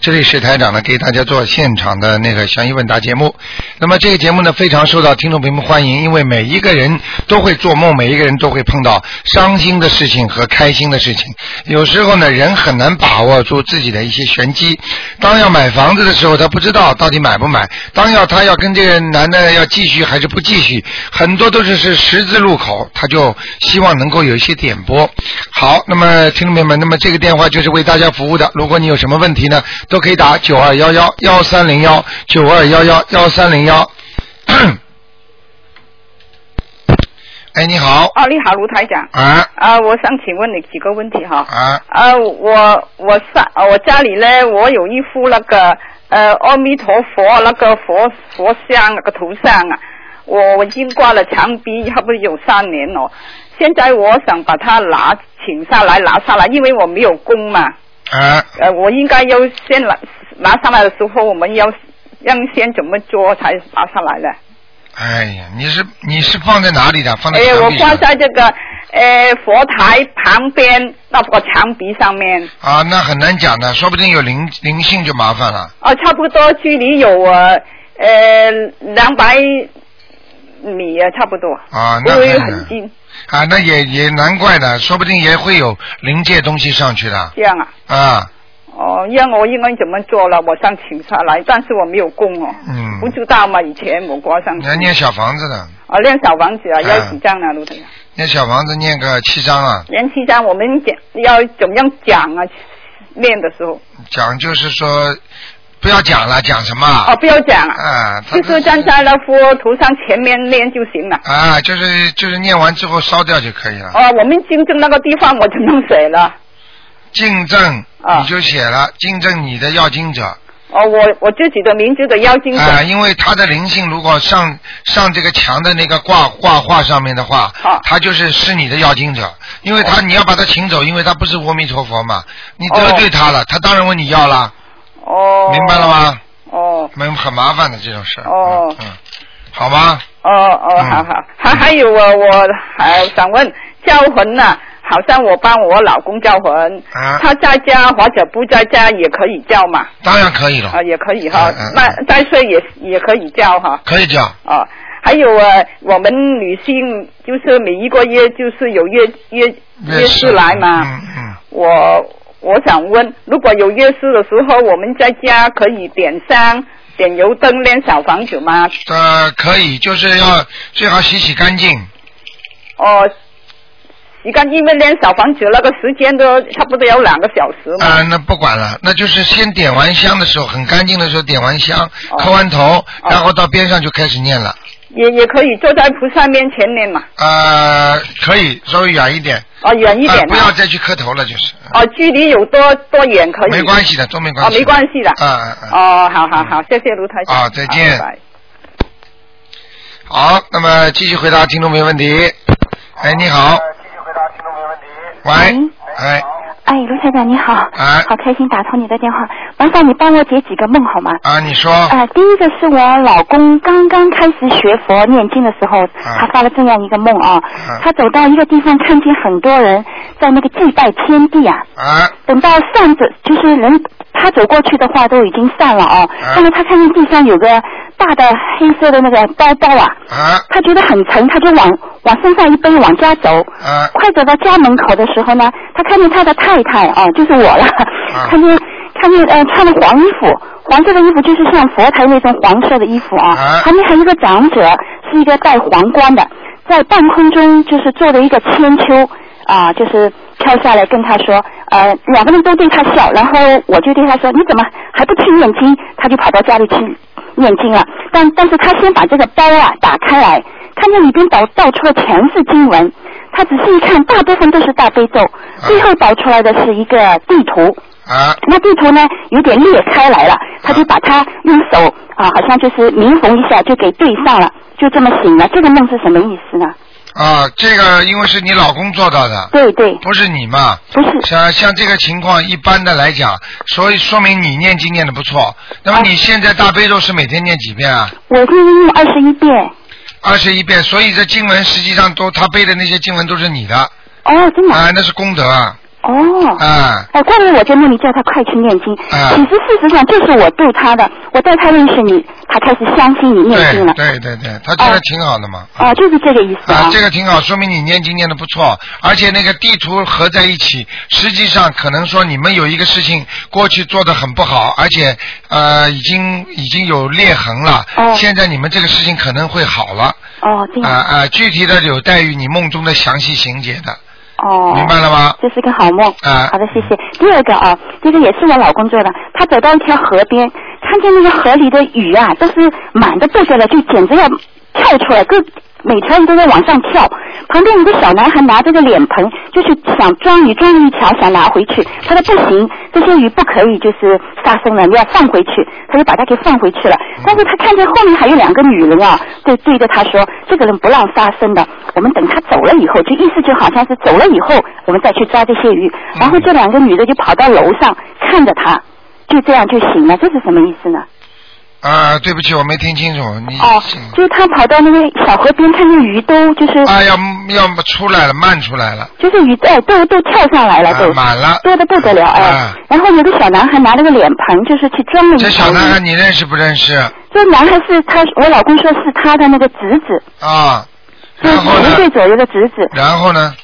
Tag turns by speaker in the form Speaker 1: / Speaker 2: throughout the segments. Speaker 1: 这里是台长呢，给大家做现场的那个详细问答节目。那么这个节目呢，非常受到听众朋友们欢迎，因为每一个人都会做梦，每一个人都会碰到伤心的事情和开心的事情。有时候呢，人很难把握住自己的一些玄机。当要买房子的时候，他不知道到底买不买；当要他要跟这个男的要继续还是不继续，很多都是是十字路口，他就希望能够有一些点拨。好，那么听众朋友们，那么这个电话就是为大家服务的。如果你有什么问题呢，都可以打九二幺幺幺三零幺九二幺幺幺三零幺。 哎，你好，
Speaker 2: 啊，你好，卢台长。
Speaker 1: 啊
Speaker 2: 啊，我想请问你几个问题哈。
Speaker 1: 啊，
Speaker 2: 啊，我我上啊我家里呢，我有一幅那个呃阿弥陀佛那个佛佛像那个图像啊，我我已经挂了墙壁，差不多有三年了。现在我想把它拿请下来拿下来，因为我没有工嘛。
Speaker 1: 啊，
Speaker 2: 呃，我应该要先拿拿上来的时候，我们要让先怎么做才拿上来的？
Speaker 1: 哎呀，你是你是放在哪里的？放在
Speaker 2: 哎，
Speaker 1: 墙
Speaker 2: 我
Speaker 1: 壁
Speaker 2: 挂
Speaker 1: 上
Speaker 2: 在这个呃佛台旁边那个墙壁上面，
Speaker 1: 啊，那很难讲的，说不定有灵灵性就麻烦了。
Speaker 2: 啊，差不多距离有呃呃两百米啊，差不多。
Speaker 1: 啊那
Speaker 2: 因为
Speaker 1: 很
Speaker 2: 很
Speaker 1: 难
Speaker 2: 近，
Speaker 1: 啊，那也也难怪的，说不定也会有灵界东西上去的
Speaker 2: 这样啊。
Speaker 1: 啊。
Speaker 2: 哦，因为我应该怎么做了？我想请下来，但是我没有供哦，
Speaker 1: 嗯
Speaker 2: 不知道嘛。以前我挂上
Speaker 1: 你
Speaker 2: 去
Speaker 1: 要念小房子的，
Speaker 2: 啊，练小王子啊，
Speaker 1: 嗯
Speaker 2: 要几张啊，卢台长？
Speaker 1: 念小房子念个七章啊，
Speaker 2: 练七张，我们讲要怎么样讲啊？练的时候
Speaker 1: 讲就是说不要讲了，讲什么啊？
Speaker 2: 哦，不要讲啊，
Speaker 1: 啊，他
Speaker 2: 就是站在那佛头上前面练就行了。
Speaker 1: 啊，就是就是念完之后烧掉就可以了。
Speaker 2: 哦，我们金正那个地方我就弄水了。
Speaker 1: 敬正
Speaker 2: 啊
Speaker 1: 你就写了敬正你的要经者
Speaker 2: 哦，我我自己的名字的妖精者。
Speaker 1: 啊，因为他的灵性如果上上这个墙的那个挂挂画上面的话
Speaker 2: 啊，
Speaker 1: 他就是是你的要经者，因为
Speaker 2: 哦
Speaker 1: 他你要把他请走，因为他不是阿弥陀佛嘛，你得罪他了，他当然问你要了，
Speaker 2: 哦。
Speaker 1: 明白了？吗？
Speaker 2: 哦
Speaker 1: 没很麻烦的这种事。
Speaker 2: 哦
Speaker 1: 嗯，嗯好吗？
Speaker 2: 哦
Speaker 1: 嗯
Speaker 2: 哦，好好，还还有呃我我还想问叫魂呐、好像我帮我老公叫魂，
Speaker 1: 啊
Speaker 2: 他在家或者不在家也可以叫嘛，
Speaker 1: 当然可以了，
Speaker 2: 啊也可以哈
Speaker 1: 嗯嗯嗯，
Speaker 2: 那再睡也也可以叫哈，
Speaker 1: 可以叫。
Speaker 2: 哦。还有啊，我们女性就是每一个月就是有月月月事来嘛，
Speaker 1: 嗯嗯。
Speaker 2: 我我想问，如果有月事的时候，我们在家可以点香、点油灯、练小房子吗？
Speaker 1: 呃，可以，就是要最好洗洗干净。
Speaker 2: 哦，你看，因为练小房子那个时间都差不多有两个小时嘛。
Speaker 1: 啊、那不管了，那就是先点完香的时候，很干净的时候点完香，
Speaker 2: 哦
Speaker 1: 磕完头，然后到边上就开始念了。
Speaker 2: 也也可以坐在菩萨面前练嘛，
Speaker 1: 呃，可以稍微远一点，
Speaker 2: 哦，远一
Speaker 1: 啊
Speaker 2: 点、
Speaker 1: 不要再去磕头了，就是。
Speaker 2: 哦，距离有多多远可以？
Speaker 1: 没关系的，都没关
Speaker 2: 哦，
Speaker 1: 系。
Speaker 2: 没关系的。
Speaker 1: 啊啊啊！
Speaker 2: 哦，好好好，谢谢卢台长。
Speaker 1: 啊再见
Speaker 2: 好拜拜
Speaker 1: 好，那么继续回答听众朋友问题。哎，你好。喂
Speaker 2: 嗯
Speaker 3: 喂，
Speaker 1: 哎，
Speaker 3: 哎，卢台长你好，
Speaker 1: 哎
Speaker 3: 好开心打通你的电话，麻烦你帮我解几个梦好吗？
Speaker 1: 啊，你说，
Speaker 3: 啊、第一个是我老公刚刚开始学佛念经的时候，他发了这样一个梦啊，他走到一个地方，看见很多人在那个祭拜天地啊，
Speaker 2: 哎
Speaker 1: 啊
Speaker 3: 等到散着，就是人他走过去的话都已经散了啊，那么他看见地上有个大的黑色的那个包包啊，
Speaker 1: 啊
Speaker 3: 他觉得很沉，他就往往身上一背，往家走，
Speaker 1: 啊
Speaker 3: 快走到家门口的时候呢，他看见他的太太啊，就是我了，看见看见呃穿了黄衣服，黄色的衣服就是像佛台那种黄色的衣服
Speaker 1: 啊
Speaker 3: 啊，旁边还有一个长者，是一个戴皇冠的，在半空中就是做了一个千秋啊，就是跳下来跟他说，呃，两个人都对他笑，然后我就对他说，你怎么还不去念经？他就跑到家里去念经了，但但是他先把这个包啊打开来，看见里边倒倒出的全是经文。他仔细一看，大部分都是大悲咒，最后倒出来的是一个地图。
Speaker 1: 啊
Speaker 3: 那地图呢有点裂开来了，他就把它用手啊，好像就是明缝一下就给对上了，就这么醒了。这个梦是什么意思呢？
Speaker 1: 啊，这个因为是你老公做到的，
Speaker 3: 对对，
Speaker 1: 不是你嘛。
Speaker 3: 不是
Speaker 1: 像像这个情况，一般的来讲，所以说明你念经念的不错。那
Speaker 3: 啊
Speaker 1: 么你现在大悲咒是每天念几遍啊？
Speaker 3: 我是念二十一遍。
Speaker 1: 二十一遍。所以这经文实际上都他背的那些经文都是你的
Speaker 3: 哦，真的啊。
Speaker 1: 啊，那是功德啊。
Speaker 3: 哦。
Speaker 1: 啊
Speaker 3: 哎，怪不得我在那里叫他快去念经。
Speaker 1: 啊
Speaker 3: 其实事实上就是我度他的，我带他认识你，他开始相信你念经
Speaker 1: 对
Speaker 3: 了。
Speaker 1: 对对对，他觉得挺好的嘛。
Speaker 3: 啊，就是这个意思
Speaker 1: 啊，这个挺好，说明你念经念的不错，而且那个地图合在一起，实际上可能说你们有一个事情过去做的很不好，而且呃已经已经有裂痕了，
Speaker 3: 哦
Speaker 1: 现在你们这个事情可能会好了，
Speaker 3: 哦，这
Speaker 1: 啊、
Speaker 3: 样。
Speaker 1: 啊、具体的有待于你梦中的详细情节的，
Speaker 3: 哦。嗯
Speaker 1: 明白了吗？
Speaker 3: 这是个好梦。
Speaker 1: 啊
Speaker 3: 好的，谢谢。第二个啊，这个也是我老公做的，他走到一条河边，看见那个河里的鱼啊，都是满的肚子了，就简直要跳出来，各每条鱼都在往上跳。旁边有个小男孩拿着个脸盆，就是想装鱼，装了一条想拿回去。他说不行，这些鱼不可以就是杀生了，你要放回去。他就把它给放回去了。但是他看见后面还有两个女人啊，对对着他说，这个人不让杀生的，我们等他走了以后，就意思就好像是走了以后，我们再去抓这些鱼。然后这两个女的就跑到楼上看着他，就这样就行了，这是什么意思呢？
Speaker 1: 啊、对不起，我没听清楚，你
Speaker 3: 哦，就是他跑到那个小河边，看见鱼都就是、
Speaker 1: 啊要要么出来了，慢出来了，
Speaker 3: 就是鱼哎都都跳上来了，
Speaker 1: 啊
Speaker 3: 都、
Speaker 1: 满了，
Speaker 3: 多的不得了哎。
Speaker 1: 啊
Speaker 3: 然后有个小男孩拿了个脸盆，就是去装了一
Speaker 1: 这
Speaker 3: 条
Speaker 1: 小
Speaker 3: 鱼
Speaker 1: 男孩你认识不认识？
Speaker 3: 这男孩是他，我老公说是他的那个侄子，
Speaker 1: 啊，
Speaker 3: 就
Speaker 1: 然
Speaker 3: 是
Speaker 1: 后
Speaker 3: 五
Speaker 1: 呢
Speaker 3: 十？岁左右的侄子。
Speaker 1: 然后呢？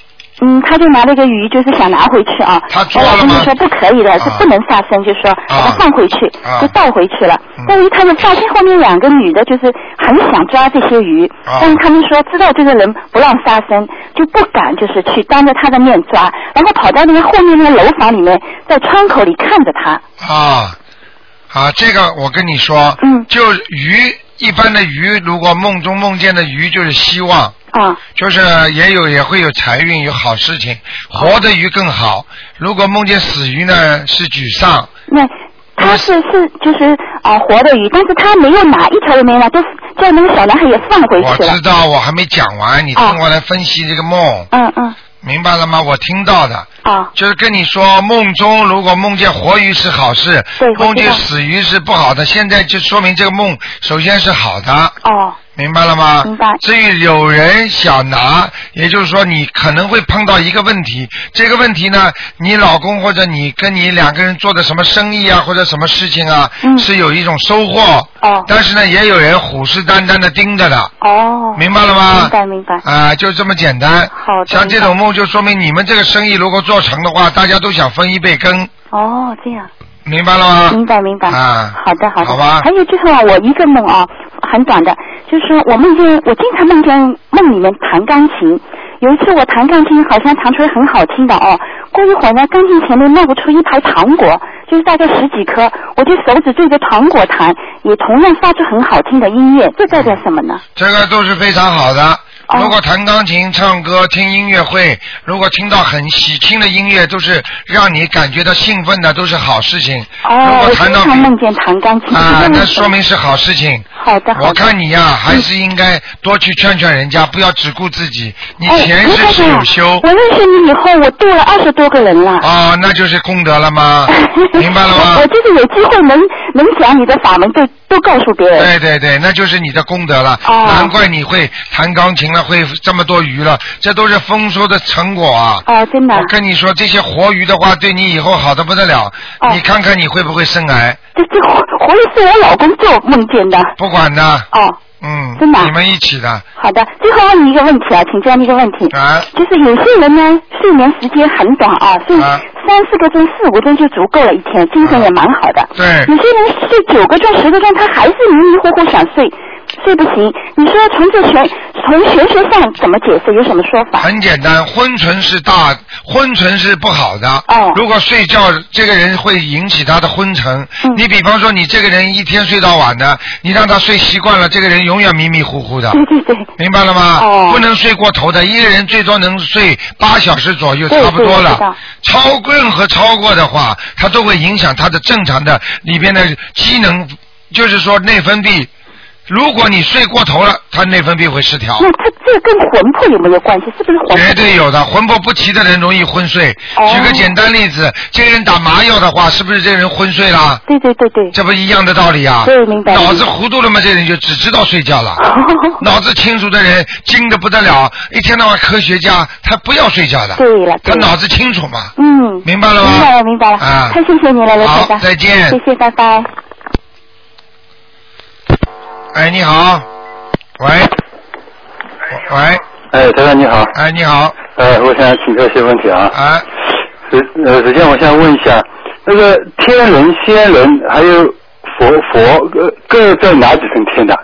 Speaker 3: 嗯，他就拿了一个鱼，就是想拿回去啊。
Speaker 1: 他抓
Speaker 3: 我
Speaker 1: 了吗
Speaker 3: 老公就说不可以的，
Speaker 1: 啊
Speaker 3: 是不能杀生，就说把它放回去，
Speaker 1: 啊
Speaker 3: 就倒回去了。
Speaker 1: 嗯
Speaker 3: 但是他们发现后面两个女的，就是很想抓这些鱼，
Speaker 1: 啊
Speaker 3: 但是他们说知道这个人不让杀生，就不敢就是去当着他的面抓，然后跑到那个后面那个楼房里面，在窗口里看着他。
Speaker 1: 啊，啊，这个我跟你说，
Speaker 3: 嗯
Speaker 1: 就鱼一般的鱼，如果梦中梦见的鱼就是希望，
Speaker 3: 啊
Speaker 1: 就是也有也会有财运，有好事情。活的鱼更好，如果梦见死鱼呢是沮丧。
Speaker 3: 那他是是就是啊、活的鱼，但是他没有拿一条都没拿，都叫那个小男孩也放回
Speaker 1: 我
Speaker 3: 去了
Speaker 1: 知。道，我还没讲完，你
Speaker 3: 啊
Speaker 1: 听我来分析这个梦，
Speaker 3: 嗯嗯
Speaker 1: 明白了吗？我听到的。
Speaker 3: 啊
Speaker 1: 就是跟你说，梦中如果梦见活鱼是好事
Speaker 3: 对，我
Speaker 1: 梦
Speaker 3: 知
Speaker 1: 见
Speaker 3: 道
Speaker 1: 死鱼是不好的。现在就说明这个梦首先是好的，
Speaker 3: 哦
Speaker 1: 明白了吗？
Speaker 3: 明白
Speaker 1: 至于有人想拿，也就是说你可能会碰到一个问题，这个问题呢，你老公或者你跟你两个人做的什么生意啊，或者什么事情啊，
Speaker 3: 嗯
Speaker 1: 是有一种收获，
Speaker 3: 哦
Speaker 1: 但是呢，也有人虎视眈眈的盯着的，
Speaker 3: 哦。
Speaker 1: 明白了吗？
Speaker 3: 明白明白
Speaker 1: 啊、就这么简单。
Speaker 3: 好的
Speaker 1: 像这种梦，就说明你们这个生意如果做成的话，大家都想分一杯羹，
Speaker 3: 哦，这样，
Speaker 1: 明白了吗？
Speaker 3: 明白明白。
Speaker 1: 啊
Speaker 3: 好的好的。
Speaker 1: 好吧
Speaker 3: 还有就是啊，我一个梦啊，很短的，就是我梦见，我经常梦见梦里面弹钢琴。有一次我弹钢琴，好像弹出来很好听的哦。过一会儿呢，钢琴前面冒出一排糖果，就是大概十几颗，我就手指对着糖果弹，也同样发出很好听的音乐，这代表什么呢？
Speaker 1: 这个都是非常好的。
Speaker 3: 哦
Speaker 1: 如果弹钢琴、唱歌、听音乐会，如果听到很喜庆的音乐，都是让你感觉到兴奋的，都是好事情。如
Speaker 3: 哦，我
Speaker 1: 果
Speaker 3: 经
Speaker 1: 弹到
Speaker 3: 常梦见弹钢琴，
Speaker 1: 啊，
Speaker 3: 这
Speaker 1: 那
Speaker 3: 个
Speaker 1: 说明是好事情。
Speaker 3: 好的好嗯的。
Speaker 1: 我看你呀、还是应该多去劝劝人家，不要只顾自己。你
Speaker 3: 哎，
Speaker 1: 前
Speaker 3: 卢
Speaker 1: 世
Speaker 3: 太
Speaker 1: 是
Speaker 3: 太
Speaker 1: 有修
Speaker 3: 我认识你以后，我度了二十多个人了。？
Speaker 1: 啊、那就是功德了吗 哦明白了
Speaker 3: 我
Speaker 1: 吗
Speaker 3: 我？就是有机会能能讲你的法门，都都告诉别人。
Speaker 1: 对对对，那就是你的功德了。
Speaker 3: 哦
Speaker 1: 难怪你会弹钢琴了，会这么多鱼了，这都是丰收的成果啊。
Speaker 3: 哦，真的。
Speaker 1: 我跟你说，这些活鱼的话，对你以后好的不得了。
Speaker 3: 哦
Speaker 1: 你看看你会不会生癌？
Speaker 3: 这这活活的是我老公做梦见的。
Speaker 1: 不管的，
Speaker 3: 哦，
Speaker 1: 嗯，
Speaker 3: 真的啊
Speaker 1: 你们一起的
Speaker 3: 好的。最后问你一个问题啊，请教你一个问题。
Speaker 1: 啊，
Speaker 3: 就是有些人呢，睡眠时间很短啊，睡
Speaker 1: 啊
Speaker 3: 三四个钟、四五个钟就足够了，一天精神也蛮好的。
Speaker 1: 对
Speaker 3: 有些人睡九个钟、十个钟，他还是迷迷糊糊想睡，睡不醒。你说从这玄从玄学上怎么解释？有什么说法？
Speaker 1: 很简单，昏沉是大，昏沉是不好的。
Speaker 3: 哦
Speaker 1: 如果睡觉，这个人会引起他的昏沉。
Speaker 3: 嗯
Speaker 1: 你比方说，你这个人一天睡到晚的，你让他睡习惯了，这个人永远迷迷糊糊的。
Speaker 3: 对对对，
Speaker 1: 明白了吗？
Speaker 3: 哦
Speaker 1: 不能睡过头的，一个人最多能睡八小时左右，
Speaker 3: 对
Speaker 1: 差不多
Speaker 3: 对我知
Speaker 1: 了
Speaker 3: 道。
Speaker 1: 超过任何超过的话，它都会影响他的正常的里边的机能，就是说内分泌。如果你睡过头了，他内分泌会失调。
Speaker 3: 那这这跟魂魄有没有关系？是不是魂魄？
Speaker 1: 绝对有的，魂魄不齐的人容易昏睡。
Speaker 3: 哦
Speaker 1: 举个简单例子，这个人打麻药的话，是不是这个人昏睡啦？
Speaker 3: 对对对 对。
Speaker 1: 这不一样的道理啊！
Speaker 3: 对明白
Speaker 1: 脑子糊涂了嘛，这人就只知道睡觉了。 脑子清楚的人精的不得了，一天到晚科学家他不要睡觉的，
Speaker 3: 对了
Speaker 1: 他
Speaker 3: 对了
Speaker 1: 脑子清楚嘛。
Speaker 3: 嗯。
Speaker 1: 明白了吗
Speaker 3: 明白了，明白了。
Speaker 1: 啊
Speaker 3: 太谢谢你了，罗
Speaker 1: 好
Speaker 3: 台长。
Speaker 1: 再见
Speaker 3: 谢谢，拜拜。
Speaker 1: 哎，你好，喂，喂，
Speaker 4: 哎，台长你好，
Speaker 1: 哎，你好，
Speaker 4: 呃，我想请教一些问题啊。
Speaker 1: 哎，
Speaker 4: 首呃，首先我想问一下，那个天人、仙人还有佛佛各各在哪几层天的？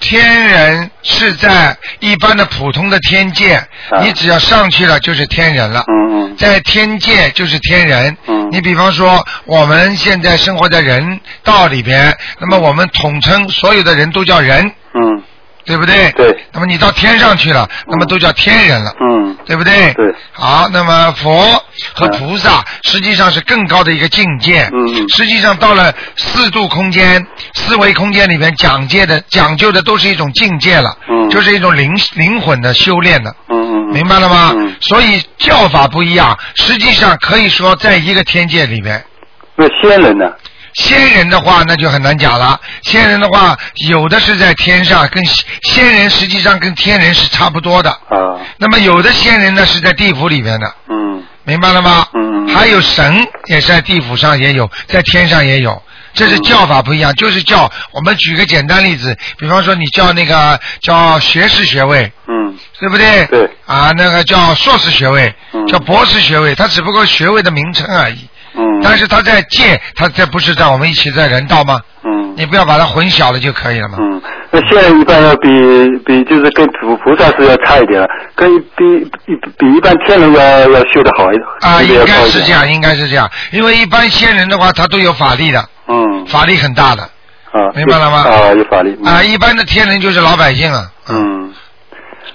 Speaker 1: 天人是在一般的普通的天界，
Speaker 4: 啊
Speaker 1: 你只要上去了就是天人了。
Speaker 4: 嗯嗯
Speaker 1: 在天界就是天人。
Speaker 4: 嗯
Speaker 1: 你比方说，我们现在生活在人道里边，那么我们统称所有的人都叫人，
Speaker 4: 嗯
Speaker 1: 对不对？
Speaker 4: 对。
Speaker 1: 那么你到天上去了，那么都叫天人了。
Speaker 4: 嗯
Speaker 1: 对不对？
Speaker 4: 对
Speaker 1: 好，那么佛和菩萨实际上是更高的一个境界。
Speaker 4: 嗯
Speaker 1: 实际上到了四度空间、四维空间里面，讲解的讲究的都是一种境界了，
Speaker 4: 嗯
Speaker 1: 就是一种灵灵魂的修炼的。
Speaker 4: 嗯嗯，
Speaker 1: 明白了吗？
Speaker 4: 嗯
Speaker 1: 所以教法不一样，实际上可以说在一个天界里面。
Speaker 4: 那仙人呢？
Speaker 1: 仙人的话，那就很难讲了。仙人的话，有的是在天上，跟仙仙人实际上跟天人是差不多的。
Speaker 4: 啊，
Speaker 1: 那么有的仙人呢是在地府里面的，
Speaker 4: 嗯
Speaker 1: 明白了吗？
Speaker 4: 嗯嗯嗯
Speaker 1: 还有神也是在地府上也有，在天上也有。这是叫法不一
Speaker 4: 嗯
Speaker 1: 样，就是叫我们举个简单例子，比方说你叫那个叫学士学位，
Speaker 4: 嗯
Speaker 1: 对不对？
Speaker 4: 对。
Speaker 1: 啊，那个叫硕士学位，
Speaker 4: 嗯
Speaker 1: 叫博士学位，它只不过学位的名称而已。
Speaker 4: 嗯，
Speaker 1: 但是它在界，它这不是在我们一起在人道吗？
Speaker 4: 嗯
Speaker 1: 你不要把它混淆了就可以了嘛。
Speaker 4: 嗯，那仙人一般要比比就是跟菩菩萨是要差一点了，跟比比比一般天人要要修的好一
Speaker 1: 啊，
Speaker 4: 修得
Speaker 1: 应
Speaker 4: 要
Speaker 1: 该
Speaker 4: 高一
Speaker 1: 是
Speaker 4: 点
Speaker 1: 这样，应该是这样，因为一般仙人的话，他都有法力的，
Speaker 4: 嗯
Speaker 1: 法力很大的。
Speaker 4: 啊，
Speaker 1: 明白了吗
Speaker 4: 啊，有法力嗯
Speaker 1: 啊，一般的天人就是老百姓了。
Speaker 4: 嗯，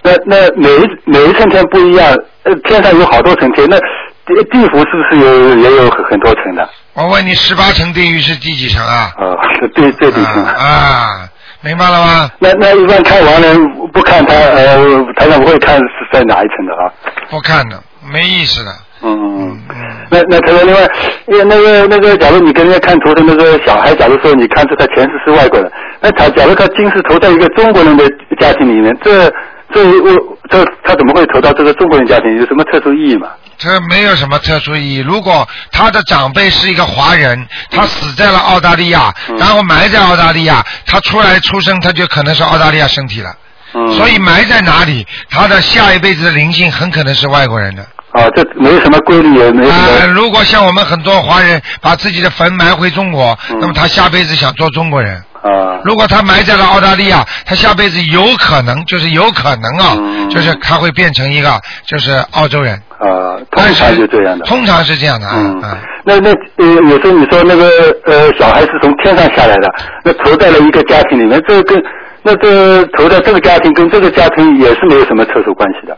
Speaker 4: 那那每一每一层天不一样，呃，天上有好多层天，那地地府是不是有也有很很多层的？
Speaker 1: 我问你，十八层地狱是第几层啊？
Speaker 4: 啊，是最最底层。
Speaker 1: 啊啊，明白了吗？
Speaker 4: 那那一般看完了不看他呃，台长不会看是在哪一层的啊？
Speaker 1: 不看的，没意思的。
Speaker 4: 嗯嗯。
Speaker 1: 嗯，
Speaker 4: 那那台长，另外，呃那个那个，假如你跟人家看图腾那个小孩，假如说你看出他前世是外国人，那他假如他今世投在一个中国人的家庭里面，这这我这他怎么会投到这个中国人家庭？有什么特殊意义吗？
Speaker 1: 这没有什么特殊意义。如果他的长辈是一个华人，他死在了澳大利亚，
Speaker 4: 嗯
Speaker 1: 然后埋在澳大利亚，他出来出生，他就可能是澳大利亚身体了。
Speaker 4: 嗯，
Speaker 1: 所以埋在哪里，他的下一辈子的灵性很可能是外国人的。
Speaker 4: 啊，这没有什么规律，也没有
Speaker 1: 啊、
Speaker 4: 什么。
Speaker 1: 如果像我们很多华人把自己的坟埋回中国，
Speaker 4: 嗯
Speaker 1: 那么他下辈子想做中国人。
Speaker 4: 啊，
Speaker 1: 如果他埋在了澳大利亚，他下辈子有可能，就是有可能啊，
Speaker 4: 嗯
Speaker 1: 就是他会变成一个就是澳洲人。
Speaker 4: 啊，通常就这样的。
Speaker 1: 通常是这样的啊。
Speaker 4: 嗯
Speaker 1: 啊，
Speaker 4: 那那呃，有时候你说那个呃，小孩是从天上下来的，那投在了一个家庭里面，这个跟那这投在这个家庭跟这个家庭也是没有什么特殊关系的。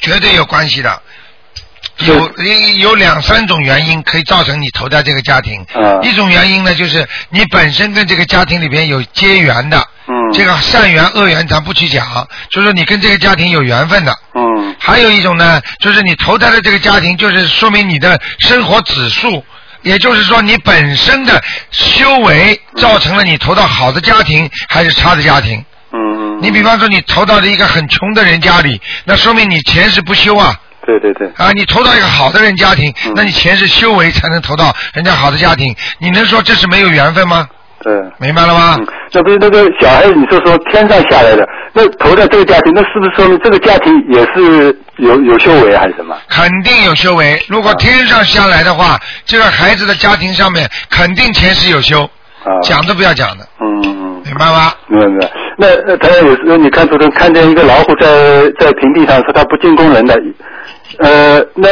Speaker 1: 绝对有关系的。有有两三种原因可以造成你投在这个家庭。
Speaker 4: 嗯
Speaker 1: 一种原因呢，就是你本身跟这个家庭里边有结缘的。
Speaker 4: 嗯
Speaker 1: 这个善缘恶缘咱不去讲，就是你跟这个家庭有缘分的。
Speaker 4: 嗯
Speaker 1: 还有一种呢，就是你投胎的这个家庭，就是说明你的生活指数，也就是说你本身的修为造成了你投到好的家庭还是差的家庭。
Speaker 4: 嗯，
Speaker 1: 你比方说你投到了一个很穷的人家里，那说明你前世不修啊
Speaker 4: 对对对，
Speaker 1: 啊！你投到一个好的人家庭
Speaker 4: 嗯，
Speaker 1: 那你前世修为才能投到人家好的家庭。你能说这是没有缘分吗？
Speaker 4: 对，
Speaker 1: 明白了吗？
Speaker 4: 嗯，那不是那个小孩，你说说天上下来的，那投在这个家庭，那是不是说明这个家庭也是有有修为还是什么？
Speaker 1: 肯定有修为。如果
Speaker 4: 啊
Speaker 1: 天上下来的话，这个孩子的家庭上面肯定前世有修，
Speaker 4: 啊，
Speaker 1: 讲都不要讲的，
Speaker 4: 嗯嗯。
Speaker 1: 明白吗？
Speaker 4: 没有没有，那那他有时候你看图中看见一个老虎在在平地上，说它不进攻人的，呃，那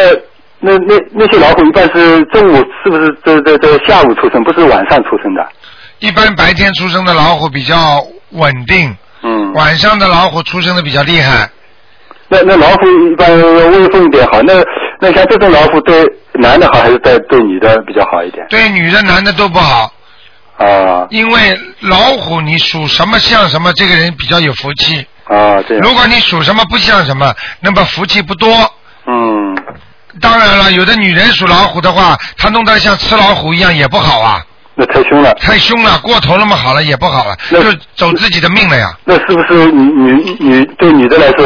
Speaker 4: 那那那些老虎一般是中午是不是这这这下午出生，不是晚上出生的？
Speaker 1: 一般白天出生的老虎比较稳定，
Speaker 4: 嗯
Speaker 1: 晚上的老虎出生的比较厉害。
Speaker 4: 那那老虎一般威风一点好，那那像这种老虎对男的好还是对对女的比较好一点？
Speaker 1: 对女的、男的都不好。
Speaker 4: 啊
Speaker 1: 因为老虎你属什么像什么，这个人比较有福气。
Speaker 4: 啊，这样。
Speaker 1: 如果你属什么不像什么，那么福气不多。
Speaker 4: 嗯，
Speaker 1: 当然了，有的女人属老虎的话，她弄得像吃老虎一样也不好啊，
Speaker 4: 那太凶了。
Speaker 1: 太凶了，过头那么好了也不好了，
Speaker 4: 那
Speaker 1: 就走自己的命了呀。
Speaker 4: 那是不是女女女对女的来说，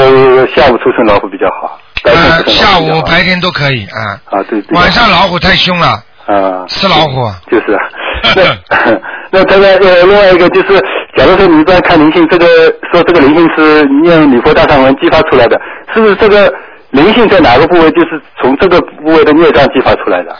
Speaker 4: 下午出生老虎比较好？白天
Speaker 1: 呃，
Speaker 4: 出生
Speaker 1: 下
Speaker 4: 老虎比较好
Speaker 1: 午白天都可以啊、
Speaker 4: 啊对对
Speaker 1: 晚上老虎太凶了，
Speaker 4: 啊
Speaker 1: 吃老虎。
Speaker 4: 就 是啊。那 那他的呃另外一个就是，假如说你一般看灵性，这个说这个灵性是念礼佛大忏文激发出来的，是不是这个灵性在哪个部位，就是从这个部位的孽障激发出来的？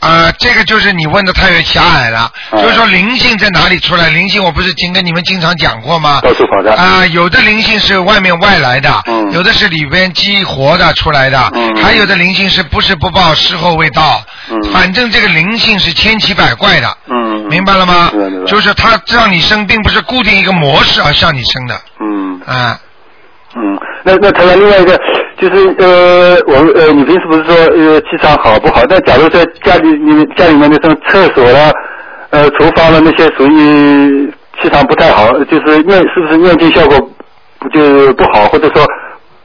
Speaker 1: 啊、这个就是你问的太狭隘了，
Speaker 4: 嗯
Speaker 1: 就是说灵性在哪里出来？灵性我不是经跟你们经常讲过吗？
Speaker 4: 到处跑的。
Speaker 1: 啊、有的灵性是外面外来的，
Speaker 4: 哦嗯
Speaker 1: 有的是里边激活的出来的，
Speaker 4: 嗯
Speaker 1: 还有的灵性是不是不报，时候未到。
Speaker 4: 嗯
Speaker 1: 反正这个灵性是千奇百怪的，
Speaker 4: 嗯，
Speaker 1: 明白了吗？
Speaker 4: 明白明白
Speaker 1: 就是它让你生，并不是固定一个模式而向你生的
Speaker 4: 嗯
Speaker 1: 啊、
Speaker 4: 嗯，那那谈到另外一个，就是呃，我们呃，你平时不是说呃气场好不好？那假如在家里你们家里面那种厕所啦、呃厨房啦那些属于气场不太好，就是念是不是念经效果不就不好，或者说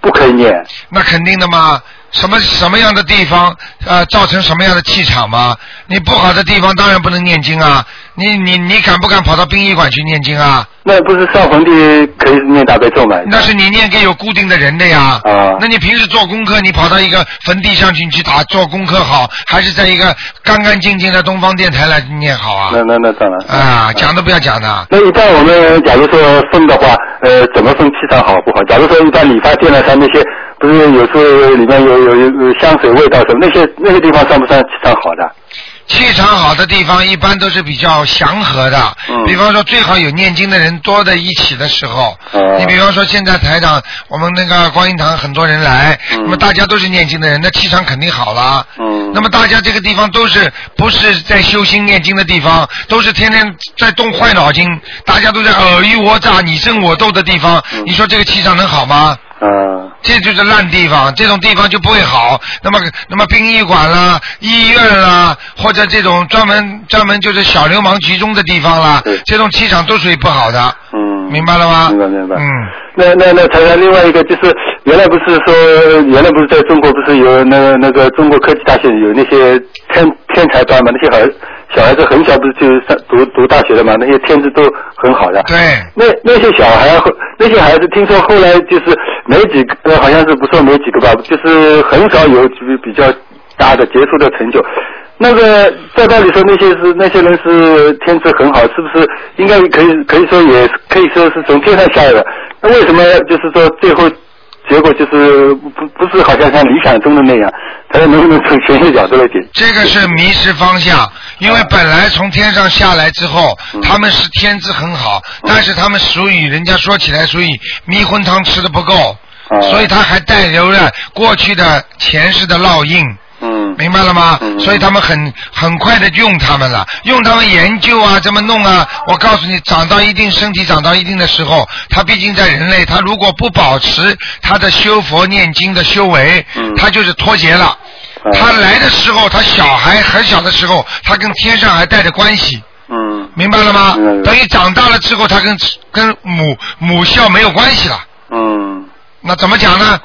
Speaker 4: 不可以念？
Speaker 1: 那肯定的嘛。什么什么样的地方，呃，造成什么样的气场嘛？你不好的地方当然不能念经啊。你你你敢不敢跑到殡仪馆去念经啊？
Speaker 4: 那不是上坟地可以念大悲咒吗？
Speaker 1: 那是你念给有固定的人的呀。
Speaker 4: 啊
Speaker 1: 那你平时做功课，你跑到一个坟地上去你去打做功课好，还是在一个干干净净的东方电台来念好啊？
Speaker 4: 那那那当然
Speaker 1: 啊，讲都不要讲的。
Speaker 4: 那一般我们假如说分的话，呃，怎么分气场好不好？假如说一般理发店呢，啊它那些不是有时候里面有有有有香水味道什么，那些那些地方算不算气场好的？
Speaker 1: 气场好的地方一般都是比较祥和的，
Speaker 4: 嗯
Speaker 1: 比方说最好有念经的人多在一起的时候。
Speaker 4: 哦
Speaker 1: 你比方说现在台长，我们那个观音堂很多人来，
Speaker 4: 嗯
Speaker 1: 那么大家都是念经的人，那气场肯定好了。
Speaker 4: 嗯
Speaker 1: 那么大家这个地方都是不是在修心念经的地方，都是天天在动坏脑筋，大家都在尔虞我诈、你争我斗的地方，
Speaker 4: 嗯
Speaker 1: 你说这个气场能好吗？
Speaker 4: 嗯
Speaker 1: 这就是烂地方，这种地方就不会好。那么，那么殡仪馆啦、医院啦，或者这种专门专门就是小流氓集中的地方啦
Speaker 4: 对，
Speaker 1: 这种气场都属于不好的，
Speaker 4: 嗯，
Speaker 1: 明白了吗？
Speaker 4: 明白明白。
Speaker 1: 嗯，
Speaker 4: 那那那谈谈另外一个就是，原来不是说原来不是在中国不是有那个那个中国科技大学有那些天天才班嘛？那些孩小孩子很小不是就上读读大学的嘛？那些天资都很好的。
Speaker 1: 对。
Speaker 4: 那那些小孩后，那些孩子听说后来就是没几个，呃好像是不说没几个吧，就是很少有比比较大的杰出的成就。那个照道理说，那些是那些人是天资很好，是不是应该可以可以说也是可以说是从天上下来的？那为什么就是说最后结果就是不不是好像像理想中的那样？他能不能从玄学角度来解？
Speaker 1: 这个是迷失方向，因为
Speaker 4: 啊
Speaker 1: 本来从天上下来之后，
Speaker 4: 嗯
Speaker 1: 他们是天资很好，
Speaker 4: 嗯
Speaker 1: 但是他们属于人家说起来属于迷魂汤吃的不够，
Speaker 4: 啊
Speaker 1: 所以他还带留着过去的前世的烙印。
Speaker 4: 嗯
Speaker 1: 明白了吗？
Speaker 4: 嗯
Speaker 1: 所以他们很很快的用他们了，用他们研究啊，这么弄啊。我告诉你，长到一定身体长到一定的时候，他毕竟在人类，他如果不保持他的修佛念经的修为，
Speaker 4: 嗯
Speaker 1: 他就是脱节了。
Speaker 4: 啊
Speaker 1: 他来的时候，他小孩很小的时候，他跟天上还带着关系，
Speaker 4: 嗯
Speaker 1: 明白了吗
Speaker 4: 明白明？白
Speaker 1: 等于长大了之后，他跟跟母母校没有关系了。
Speaker 4: 嗯
Speaker 1: 那怎么讲呢？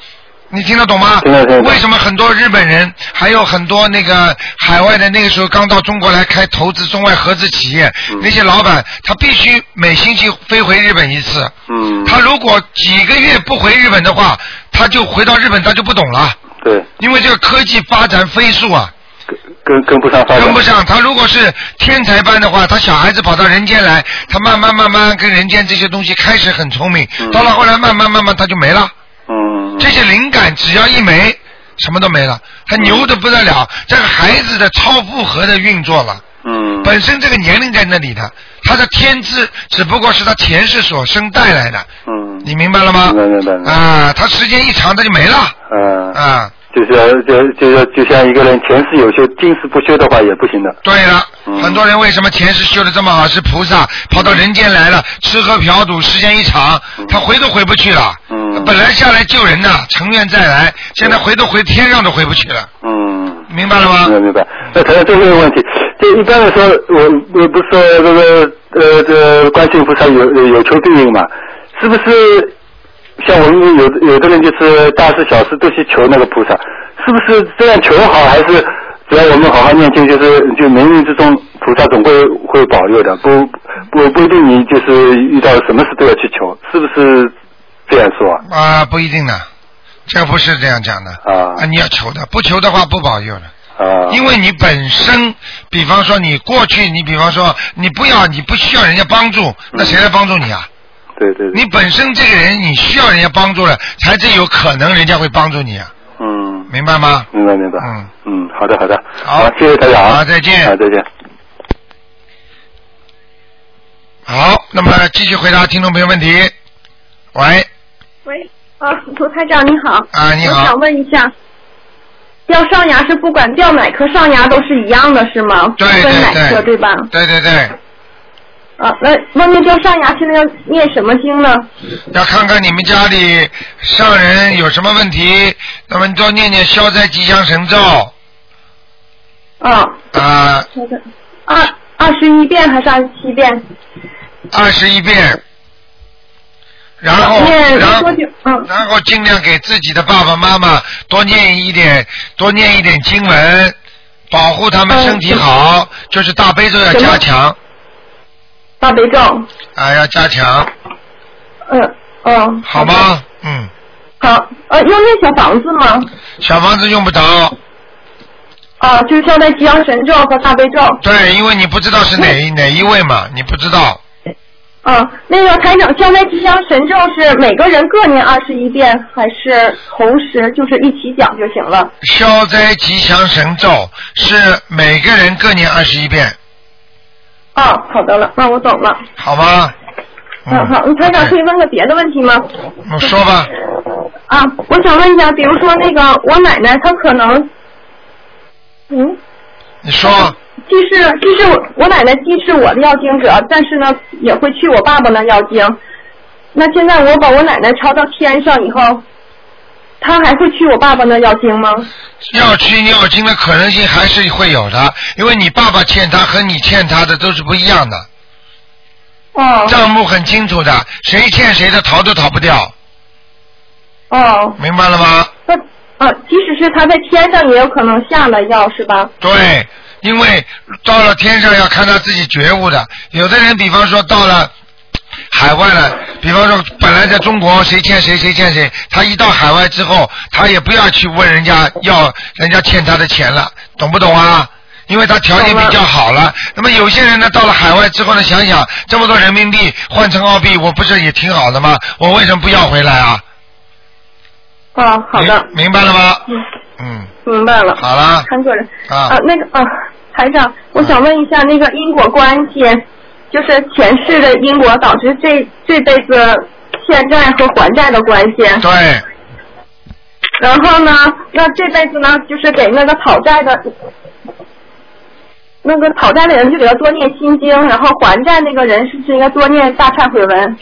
Speaker 1: 你听得懂吗？
Speaker 4: 听得懂
Speaker 1: 为什么很多日本人，还有很多那个海外的那个时候刚到中国来开投资中外合资企业，
Speaker 4: 嗯
Speaker 1: 那些老板他必须每星期飞回日本一次。
Speaker 4: 嗯，
Speaker 1: 他如果几个月不回日本的话，他就回到日本他就不懂了，
Speaker 4: 对
Speaker 1: 因为这个科技发展飞速啊，
Speaker 4: 跟跟跟不上发展，
Speaker 1: 跟不上。他如果是天才般的话，他小孩子跑到人间来，他慢慢慢慢跟人间这些东西开始很聪明，
Speaker 4: 嗯
Speaker 1: 到了后来慢慢慢慢他就没了。
Speaker 4: 嗯，
Speaker 1: 这些灵感只要一没，什么都没了。他
Speaker 4: 嗯
Speaker 1: 牛的不得了，这个孩子的超负荷的运作了，
Speaker 4: 嗯
Speaker 1: 本身这个年龄在那里的，他的天资只不过是他前世所生带来的，
Speaker 4: 嗯
Speaker 1: 你明白了吗？
Speaker 4: 明白明白明白
Speaker 1: 啊，他时间一长他就没了
Speaker 4: 嗯，
Speaker 1: 啊。
Speaker 4: 就是要就就是就像一个人前世有修，今世不修的话也不行的。
Speaker 1: 对了，
Speaker 4: 嗯
Speaker 1: 很多人为什么前世修的这么好，是菩萨跑到人间来了，吃喝嫖赌时间一长，
Speaker 4: 嗯
Speaker 1: 他回都回不去了。
Speaker 4: 嗯
Speaker 1: 本来下来救人的，成愿再来，现在回都回天上都回不去了，
Speaker 4: 嗯，
Speaker 1: 明白了吗？
Speaker 4: 明白明白。那谈到最后一个问题，就一般来说，我我不是说这个呃这观世音菩萨有有求必应嘛，是不是像我们有有的人就是大事小事都去求那个菩萨，是不是这样求好，还是只要我们好好念经，就是就冥冥之中菩萨总会会保佑的，不不不一定你就是遇到什么事都要去求，是不是这样说啊？
Speaker 1: 啊，不一定的，这不是这样讲的
Speaker 4: 啊
Speaker 1: 啊，你要求的，不求的话不保佑的。
Speaker 4: 啊，
Speaker 1: 因为你本身，比方说你过去，你比方说你不要，你不需要人家帮
Speaker 4: 嗯
Speaker 1: 助，那谁来帮助你啊？
Speaker 4: 对对对，
Speaker 1: 你本身这个人，你需要人家帮助了，才真有可能人家会帮助你啊，
Speaker 4: 嗯，
Speaker 1: 明白吗？
Speaker 4: 明白明白，
Speaker 1: 嗯
Speaker 4: 嗯，好的好的，
Speaker 1: 好
Speaker 4: 谢谢台长啊，
Speaker 1: 好再见
Speaker 4: 好再见。
Speaker 1: 好，那么继续回答听众朋友问题。喂，
Speaker 5: 喂，啊，卢台长你好。
Speaker 1: 啊你好
Speaker 5: 我想问一下，掉上牙是不管掉哪颗上牙都是一样的，是吗？
Speaker 1: 对
Speaker 5: 不分哪
Speaker 1: 对
Speaker 5: 颗
Speaker 1: 对
Speaker 5: 吧？
Speaker 1: 对对对，
Speaker 5: 啊，那外面掉上牙现在要念什么经呢？
Speaker 1: 要看看你们家里上人有什么问题，那么你多念念消灾吉祥神咒
Speaker 5: 啊，
Speaker 1: 啊，
Speaker 5: 稍等，二二十一遍还是二十七遍？
Speaker 1: 二十一遍，然后
Speaker 5: 啊念
Speaker 1: 然后
Speaker 5: 多久？嗯
Speaker 1: 然后尽量给自己的爸爸妈妈多念一点，多念一点经文，保护他
Speaker 5: 嗯
Speaker 1: 们身体好，就是大悲咒要加强
Speaker 5: 大悲咒。
Speaker 1: 啊，要加强，
Speaker 5: 嗯嗯。
Speaker 1: 好吗？嗯，
Speaker 5: 好，呃，要念小房子吗？
Speaker 1: 小房子用不着，
Speaker 5: 啊，就是消灾吉祥神咒和大悲咒。
Speaker 1: 对，因为你不知道是哪
Speaker 5: 嗯
Speaker 1: 哪一位嘛，你不知道，
Speaker 5: 啊，那个台长，消灾吉祥神咒是每个人各念二十一遍，还是同时就是一起讲就行了？
Speaker 1: 消灾吉祥神咒是每个人各念二十一遍，
Speaker 5: 哦，好的了，那我懂了。
Speaker 1: 好吗？啊
Speaker 5: 嗯，好，台长可以问个别的问题吗？
Speaker 1: 我说吧，
Speaker 5: 啊，我想问一下，比如说那个我奶奶她可能，嗯，
Speaker 1: 你说，
Speaker 5: 既是既是我我奶奶既是我的要经者，但是呢也会去我爸爸那要经。那现在我把我奶奶抄到天上以后，她还会去我爸爸那要经吗？
Speaker 1: 要去尿经的可能性还是会有的，因为你爸爸欠他和你欠他的都是不一样的，
Speaker 5: 哦
Speaker 1: 账目很清楚的，谁欠谁的逃都逃不掉，
Speaker 5: 哦，
Speaker 1: 明白了吗？
Speaker 5: 那啊，即使是他在天上，也有可能下了药，是吧？
Speaker 1: 对，因为到了天上要看他自己觉悟的。有的人，比方说到了海外了，比方说本来在中国谁欠谁谁欠谁，他一到海外之后，他也不要去问人家要人家欠他的钱了，懂不懂啊？因为他条件比较好了，那么有些人呢，到了海外之后呢，想想这么多人民币换成澳币，我不是也挺好的吗？我为什么不要回来啊？
Speaker 5: 啊，好的，
Speaker 1: 明明白了吗？
Speaker 5: 嗯
Speaker 1: 嗯，
Speaker 5: 明白了。
Speaker 1: 好了，
Speaker 5: 韩主任
Speaker 1: 啊
Speaker 5: 那个啊，台长，我想问一下，那个因果关系，就是前世的因果导致这这辈子欠债和还债的关系。
Speaker 1: 对。
Speaker 5: 然后呢，那这辈子呢，就是给那个讨债的。那个讨债的人就给他多念心经，然后还债那个人是不是应该多念大忏悔文？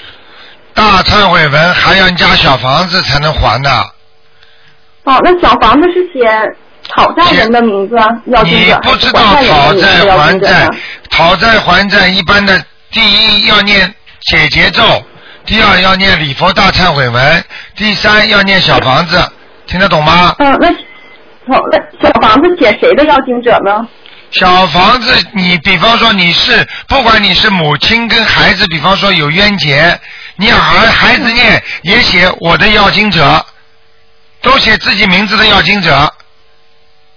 Speaker 1: 大忏悔文还要加小房子才能还的，
Speaker 5: 哦，那小房子是写讨债人的名字啊，要经
Speaker 1: 你
Speaker 5: 者
Speaker 1: 不知道讨
Speaker 5: 还是
Speaker 1: 债
Speaker 5: 还
Speaker 1: 还
Speaker 5: 人的名字要经者
Speaker 1: 债
Speaker 5: 呢？，
Speaker 1: 讨债还债一般的第一要念解结咒，第二要念礼佛大忏悔文，第三要念小房子，听得懂吗？
Speaker 5: 嗯，那哦，那小房子写谁的要经者呢？
Speaker 1: 小房子，你比方说你是，不管你是母亲跟孩子，比方说有冤结，你儿孩子念也写我的要经者，都写自己名字的要经者。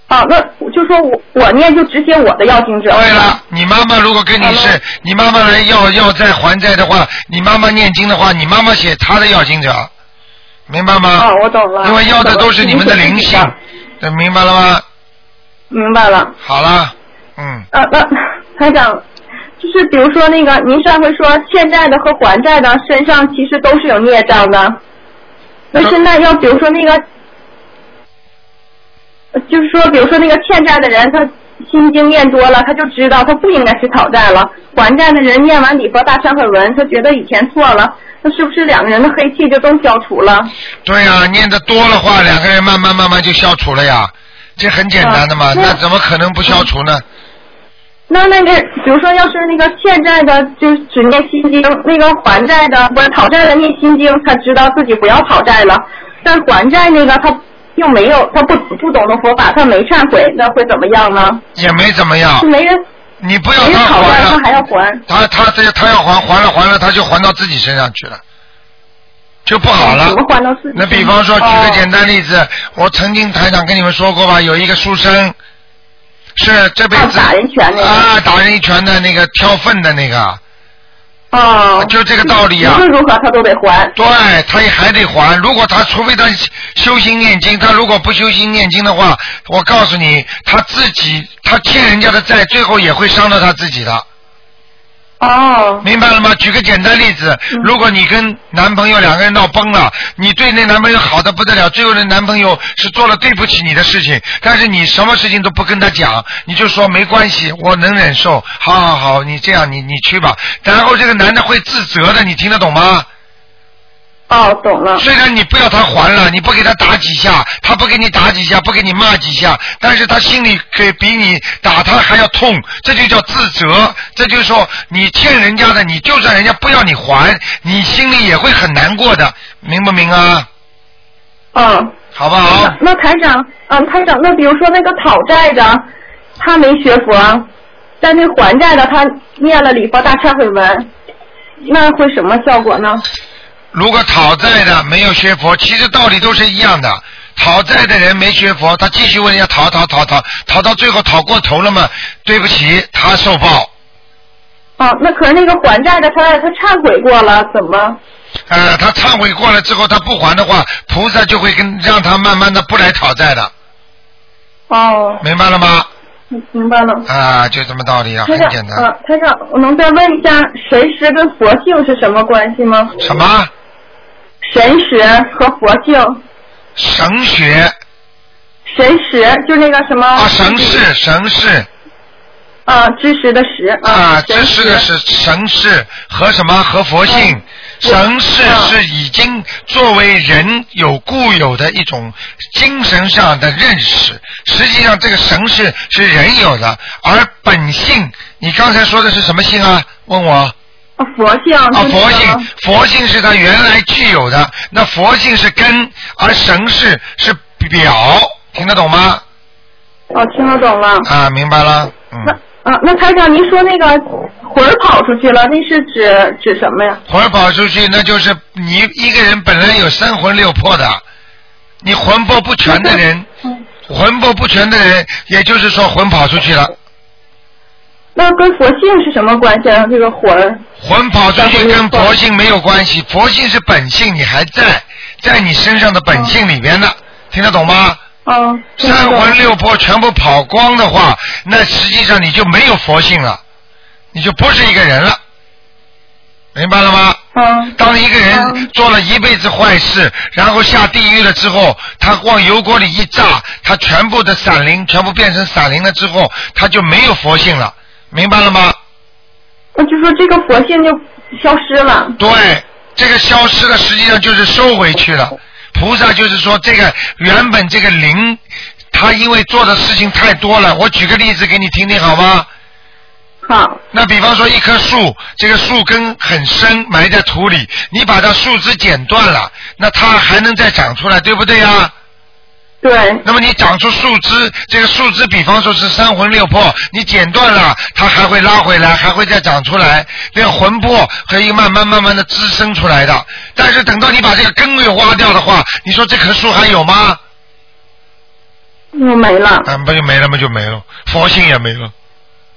Speaker 5: 啊，那就说我我念就只写我的要经者。
Speaker 1: 对了，你妈妈如果跟你是
Speaker 5: Hello，
Speaker 1: 你妈妈来要要债还债的话，你妈妈念经的话，你妈妈写她的要经者，明白吗？
Speaker 5: 啊，我懂了。
Speaker 1: 因为要的都是你们的灵性
Speaker 5: 我懂了。，
Speaker 1: 对，明白了吗？
Speaker 5: 明白了。
Speaker 1: 好了，嗯，
Speaker 5: 呃，那台长，就是比如说那个，您上回说欠债的和还债的身上其实都是有孽障的，那现在要比如说那个，呃就是说比如说那个欠债的人他。心经念多了，他就知道他不应该去讨债了。还债的人念完礼佛大忏悔文，他觉得以前错了，那是不是两个人的黑气就都消除了？
Speaker 1: 对呀、念的多的话，两个人慢慢慢慢就消除了呀，这很简单的嘛，
Speaker 5: 啊那
Speaker 1: 那怎么可能不消除呢？
Speaker 5: 那那个，比如说，要是那个欠债的，就只念心经；那个还债的，不是讨债的念心经，他知道自己不要讨债了。但还债那个，他又没有，他不不懂得佛法，他没忏悔，那会怎么样呢？
Speaker 1: 也没怎么样
Speaker 5: 是。没人
Speaker 1: 你不要
Speaker 5: 嗯没人
Speaker 1: 他
Speaker 5: 讨债，
Speaker 1: 还
Speaker 5: 他
Speaker 1: 了，
Speaker 5: 还要还。
Speaker 1: 他他他他要还还了还了，他就还到自己身上去了，就不好了
Speaker 5: 怎。么还到自己？
Speaker 1: 那比方说，举个
Speaker 5: 哦
Speaker 1: 简单例子，我曾经台长跟你们说过吧，有一个书生，是这辈
Speaker 5: 啊
Speaker 1: 子
Speaker 5: 打人拳那个
Speaker 1: 啊，打人一拳的那个挑粪的那个，
Speaker 5: 哦，
Speaker 1: 就这个道理啊
Speaker 5: 无。论如何他都得还。
Speaker 1: 对，他也还得还。如果他除非他修心念经，他如果不修心念经的话，我告诉你，他自己他欠人家的债，最后也会伤到他自己的。
Speaker 5: 哦，
Speaker 1: 明白了吗？举个简单例子，如果你跟男朋友两个人闹崩了，你对那男朋友好的不得了，最后那男朋友是做了对不起你的事情，但是你什么事情都不跟他讲，你就说没关系，我能忍受，好好好，你这样你你去吧。然后这个男的会自责的，你听得懂吗？
Speaker 5: 哦，懂了。
Speaker 1: 虽然你不要他还了，你不给他打几下，他不给你打几下，不给你骂几下，但是他心里可以比你打他还要痛，这就叫自责。这就是说，你欠人家的，你就算人家不要你还，你心里也会很难过的，明不明啊？
Speaker 5: 嗯。
Speaker 1: 好不好？
Speaker 5: 那台长，嗯，台长，那比如说那个讨债的，他没学佛，但那还债的他念了礼佛大忏悔文，那会什么效果呢？
Speaker 1: 如果讨债的没有学佛，其实道理都是一样的。讨债的人没学佛，他继续问人家讨讨讨讨，讨到最后讨过头了嘛？对不起，他受报。
Speaker 5: 哦，那可是那个还债的他他忏悔过了，怎么？
Speaker 1: 呃，他忏悔过了之后，他不还的话，菩萨就会跟让他慢慢的不来讨债的，
Speaker 5: 哦，
Speaker 1: 明白了吗？
Speaker 5: 明白了。
Speaker 1: 啊、就这么道理啊，
Speaker 5: 台
Speaker 1: 很
Speaker 5: 长，
Speaker 1: 简单。
Speaker 5: 呃，台长，我能再问一下，神识跟佛性是什么关系吗？
Speaker 1: 什么
Speaker 5: 神识和佛性，
Speaker 1: 神学
Speaker 5: 神识就是那个什么
Speaker 1: 啊？神是神是
Speaker 5: 啊，知识的识
Speaker 1: 啊，
Speaker 5: 神
Speaker 1: 知识的是神是和什么和佛性？神是
Speaker 5: 嗯
Speaker 1: 是已经作为人有固有的一种精神上的认识，实际上这个神是是人有的，而本性，你刚才说的是什么性啊？问我。
Speaker 5: 啊佛性
Speaker 1: 啊，
Speaker 5: 就是
Speaker 1: 佛
Speaker 5: 那个
Speaker 1: 性，佛性是它原来具有的，那佛性是根，而神是是表，听得懂吗？
Speaker 5: 哦，听得懂了。
Speaker 1: 啊，明白了，
Speaker 5: 那
Speaker 1: 嗯，
Speaker 5: 啊，那台长，您说那个魂儿跑出去了，那是指指什么呀？
Speaker 1: 魂跑出去，那就是你一个人本来有三魂六魄的，你魂魄不全的人，魂魄不全的人，也就是说魂跑出去了，
Speaker 5: 那跟佛性是什么关系啊？这个魂儿
Speaker 1: 魂跑出去跟佛性没有关系，佛性是本性，你还在在你身上的本性里边的，听得懂吗？
Speaker 5: 啊，听得
Speaker 1: 三
Speaker 5: 懂
Speaker 1: 魂六魄全部跑光的话，那实际上你就没有佛性了，你就不是一个人了，明白了吗？
Speaker 5: 啊
Speaker 1: 当一个人
Speaker 5: 嗯
Speaker 1: 做了一辈子坏事，然后下地狱了之后，他往油锅里一炸，他全部的散灵全部变成散灵了之后，他就没有佛性了，明白了吗？
Speaker 5: 那就说这个佛性就消失了。
Speaker 1: 对，这个消失了，实际上就是收回去了。菩萨就是说，这个原本这个灵，他因为做的事情太多了。我举个例子给你听听好吗？
Speaker 5: 好，
Speaker 1: 那比方说一棵树，这个树根很深，埋在土里，你把它树枝剪断了，那它还能再长出来，对不对啊呀、
Speaker 5: 对，
Speaker 1: 那么你长出树枝，这个树枝比方说是三魂六魄，你剪断了，它还会拉回来，还会再长出来，这个魂魄可以慢慢慢慢的滋生出来的。但是等到你把这个根给挖掉的话，你说这棵树还有吗？
Speaker 5: 又没了。
Speaker 1: 啊，不就没了吗？就没了，佛性也没了，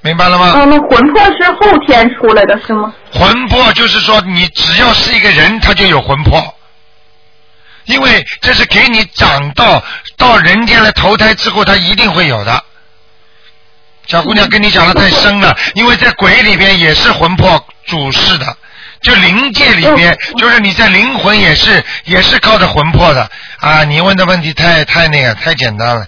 Speaker 1: 明白了吗？
Speaker 5: 啊，那魂魄是后天出来的是吗？
Speaker 1: 魂魄就是说，你只要是一个人，他就有魂魄，因为这是给你长到到人间来投胎之后，他一定会有的。小姑娘跟你讲的太深了，因为在鬼里边也是魂魄主事的，就灵界里边，
Speaker 5: 哦
Speaker 1: 就是你在灵魂也是也是靠着魂魄的啊。你问的问题太太那个太简单了，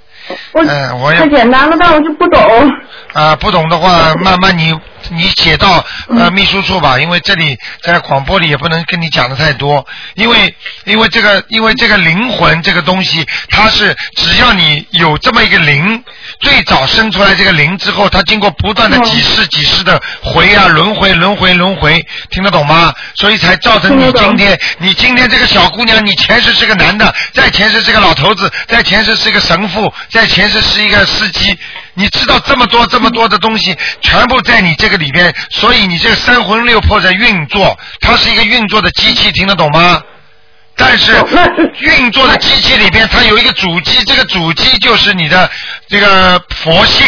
Speaker 5: 我
Speaker 1: 嗯我也
Speaker 5: 太简单了，但我就不懂。
Speaker 1: 啊，不懂的话，慢慢你你写到呃秘书处吧，因为这里在广播里也不能跟你讲的太多，因为因为这个因为这个灵魂这个东西，它是只要你有这么一个灵，最早生出来这个灵之后，它经过不断的几世几世的回啊轮回轮回轮回，听得懂吗？所以才造成你
Speaker 5: 听得懂
Speaker 1: 今天你今天这个小姑娘，你前世是个男的，在前世是个老头子，在前世是个神父，在前世是一个司机。你知道这么多这么多的东西，全部在你这个里边，所以你这个三魂六魄在运作，它是一个运作的机器，听得懂吗？但 是
Speaker 5: 那是
Speaker 1: 运作的机器里边，它有一个主机，这个主机就是你的这个佛性。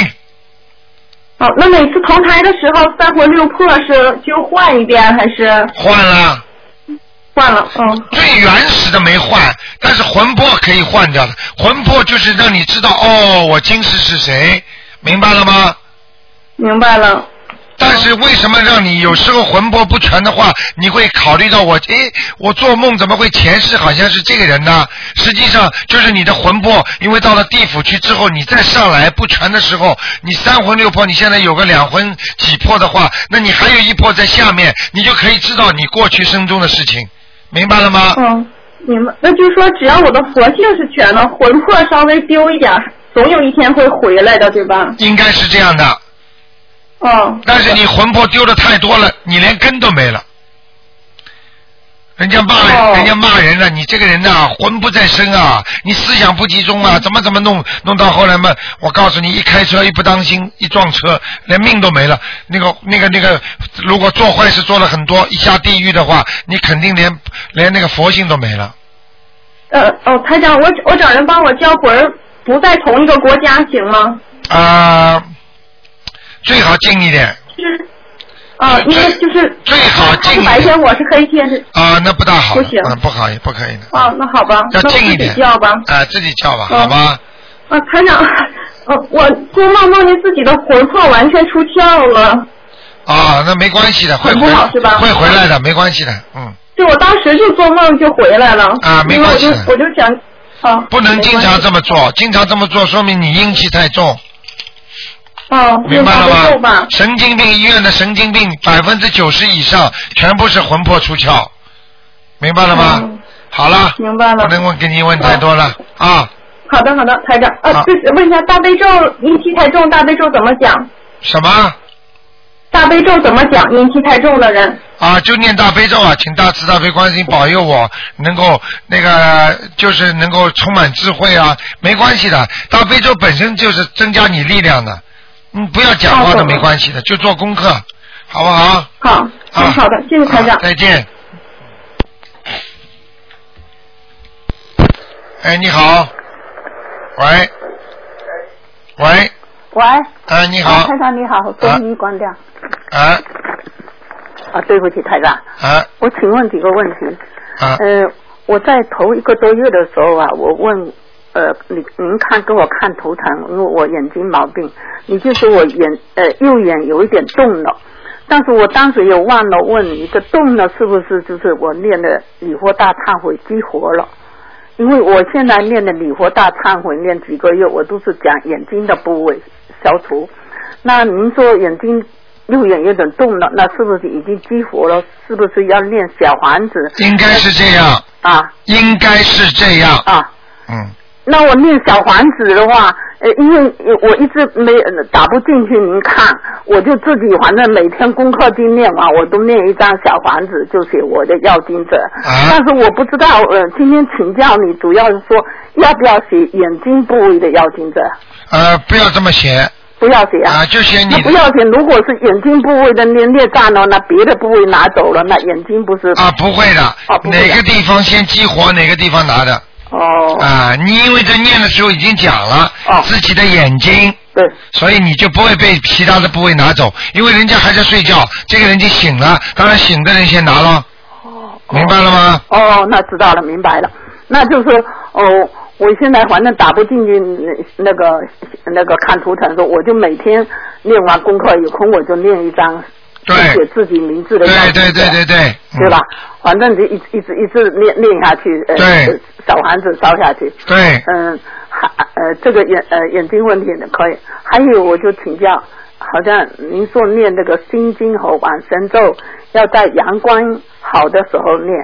Speaker 5: 哦，那每次投胎的时候，三魂六魄是就换一遍还是
Speaker 1: 换了，
Speaker 5: 换了？嗯，
Speaker 1: 最原始的没换，但是魂魄可以换掉的。魂魄就是让你知道，哦，我今世是谁，明白了吗？
Speaker 5: 明白了。
Speaker 1: 但是为什么让你有时候魂魄不全的话，你会考虑到我，诶，我做梦怎么会前世好像是这个人呢？实际上就是你的魂魄，因为到了地府去之后，你再上来不全的时候，你三魂六魄，你现在有个两魂几魄的话，那你还有一魄在下面，你就可以知道你过去生中的事情，明白了吗？
Speaker 5: 嗯，明白。那就是说，只要我的佛性是全的，魂魄稍微丢一点儿，总有一天会回来的，对吧？
Speaker 1: 应该是这样的。
Speaker 2: 哦
Speaker 5: 嗯，
Speaker 1: 但是你魂魄丢的太多
Speaker 5: 哦
Speaker 1: 了，你连根都没了。人家骂人，
Speaker 5: 哦
Speaker 1: 人家骂人了，你这个人呐、魂不在身啊，你思想不集中啊，
Speaker 5: 嗯
Speaker 1: 怎么怎么弄，弄到后来嘛，我告诉你，一开车一不当心一撞车，连命都没了。那个那个那个，如果做坏事做了很多，一下地狱的话，你肯定连连那个佛性都没了。
Speaker 5: 呃，哦，台长，我我找人帮我叫魂儿，不在同一个国家行吗？
Speaker 1: 啊、最好近一点，
Speaker 5: 就是，啊、因为就是
Speaker 1: 最好
Speaker 5: 他
Speaker 1: 近啊
Speaker 5: 是
Speaker 1: 一
Speaker 5: 白
Speaker 1: 点
Speaker 5: 天，我是黑天是。
Speaker 1: 啊、那不大好的，
Speaker 5: 不行
Speaker 1: 啊不好，也不可以的。
Speaker 5: 哦，那好吧，
Speaker 1: 要
Speaker 5: 那我
Speaker 1: 近一
Speaker 5: 自己
Speaker 1: 点。
Speaker 5: 叫吧。
Speaker 1: 啊，自己叫吧，
Speaker 5: 嗯
Speaker 1: 好吧？
Speaker 5: 啊，台长，呃，我做梦梦见自己的魂魄完全出窍了，
Speaker 1: 啊，那没关系的，会
Speaker 5: 很不
Speaker 1: 回
Speaker 5: 好是吧
Speaker 1: 会回来的，没关系的，嗯，
Speaker 5: 就我当时就做梦就回来了。
Speaker 1: 啊没
Speaker 5: 因为
Speaker 1: 关
Speaker 5: 我
Speaker 1: 系
Speaker 5: 就我就想，啊，
Speaker 1: 不能经常
Speaker 5: 么。
Speaker 1: 这么做，经常这么做说明你阴气太重，
Speaker 5: 哦，
Speaker 1: 明白
Speaker 5: 就
Speaker 1: 了
Speaker 5: 吧
Speaker 1: 吗？？神经病医院的神经病百分之九十以上全部是魂魄出窍，明白了吗
Speaker 5: 嗯？
Speaker 1: 好了，
Speaker 5: 明白了
Speaker 1: 不能问给你问太多了啊，
Speaker 5: 好的，好的，台长，
Speaker 1: 好
Speaker 5: 啊，就是问一下大悲咒，阴气太重，大悲咒怎么讲？
Speaker 1: 什么？
Speaker 5: 大悲咒怎么讲？阴气太重的人，
Speaker 1: 啊，就念大悲咒啊，请大慈大悲观世音保佑我能够那个，就是能够充满智慧啊，没关系的，大悲咒本身就是增加你力量的，嗯，不要讲话
Speaker 5: 好
Speaker 1: 的
Speaker 5: 的
Speaker 1: 没关系的，就做功课，好不好？
Speaker 5: 好，
Speaker 1: 啊，
Speaker 5: 嗯，好的，谢谢台
Speaker 1: 啊
Speaker 5: 长。
Speaker 1: 再见。哎，你好，喂，喂，
Speaker 3: 喂，
Speaker 1: 哎，你
Speaker 3: 啊
Speaker 1: 好
Speaker 3: 台，长你好，终于关掉。
Speaker 1: 啊
Speaker 3: 啊，对不起，台长，
Speaker 1: 啊
Speaker 3: 我请问几个问题。
Speaker 1: 啊
Speaker 3: 呃，我在头一个多月的时候啊，我问呃，你您看给我看图腾，因为我眼睛毛病，你就说我眼呃右眼有一点动了，但是我当时也忘了问你，这动了是不是就是我念的礼佛大忏悔激活了？因为我现在念的礼佛大忏悔念几个月，我都是讲眼睛的部位消除。那您说眼睛右眼有点动了，那是不是已经激活了？是不是要念小房子
Speaker 1: 应该是这样，
Speaker 3: 啊
Speaker 1: 应该是这样，
Speaker 3: 啊？
Speaker 1: 嗯。
Speaker 3: 那我念小房子的话，呃，因为呃我一直没呃打不进去，您看，我就自己反正每天功课经念完，我都念一张小房子，就写我的要经者。
Speaker 1: 啊
Speaker 3: 但是我不知道，呃，今天请教你，主要是说要不要写眼睛部位的要经者？
Speaker 1: 呃，不要这么写
Speaker 3: 不要写
Speaker 1: 啊，就写你
Speaker 3: 那不要紧，如果是眼睛部位的裂裂占了，那别的部位拿走了，那眼睛不是？
Speaker 1: 啊，不会的
Speaker 3: 哦，不会的
Speaker 1: 哪个地方先激活，哪个地方拿的
Speaker 3: 哦，
Speaker 1: 啊？你因为在念的时候已经讲了
Speaker 3: 哦
Speaker 1: 自己的眼睛，
Speaker 3: 对，
Speaker 1: 所以你就不会被其他的部位拿走，因为人家还在睡觉，这个人就醒了，当然醒的人先拿了，明白了吗？
Speaker 3: 哦，那知道了，明白了。那就是哦，我现在反正打不进去那那个那个看图腾的时候，我就每天练完功课有空我就练一张，
Speaker 1: 对
Speaker 3: 写自己名字的样
Speaker 1: 对
Speaker 3: 子
Speaker 1: 对对对对，嗯
Speaker 3: 对吧？？反正就一一直一直练练下去，呃
Speaker 1: 对，
Speaker 3: 扫房子扫下去，
Speaker 1: 对，
Speaker 3: 嗯，还呃这个眼呃眼睛问题的可以，还有我就请教，好像您说念那个心经和往生咒要在阳光好的时候念，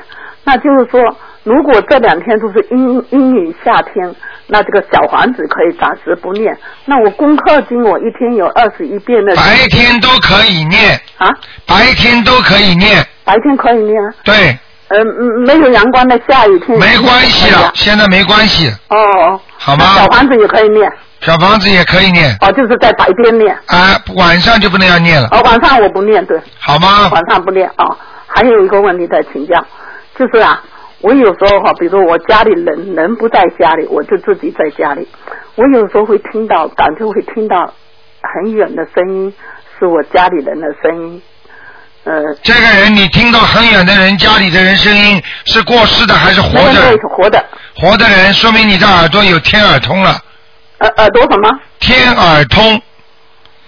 Speaker 3: 那就是说如果这两天都是阴阴雨夏天，那这个小房子可以暂时不念，那我功课经我一天有二十一遍的
Speaker 1: 白天都可以念，
Speaker 3: 啊，
Speaker 1: 白天都可以念，
Speaker 3: 白天可以念啊，
Speaker 1: 对，
Speaker 3: 呃嗯没有阳光的下雨天
Speaker 1: 没关系
Speaker 3: 了
Speaker 1: 了，，现在没关系，
Speaker 3: 哦哦，
Speaker 1: 好
Speaker 3: 啊那
Speaker 1: 吗
Speaker 3: 小？房子也可以念，
Speaker 1: 小房子也可以念，
Speaker 3: 哦，就是在白天念。
Speaker 1: 啊，晚上就不能要念了，
Speaker 3: 哦，晚上我不念，对，
Speaker 1: 好 吗？
Speaker 3: 晚上不念啊、还有一个问题在请教，就是啊，我有时候哈、比如我家里人人不在家里，我就自己在家里，我有时候会听到，感觉会听到很远的声音，是我家里人的声音，呃，
Speaker 1: 这个人你听到很远的人家里的人声音是过世的还是活
Speaker 3: 那个
Speaker 1: 着
Speaker 3: 对？活的，
Speaker 1: 活的人说明你的耳朵有天耳通了，
Speaker 3: 呃耳朵什么？
Speaker 1: 天耳通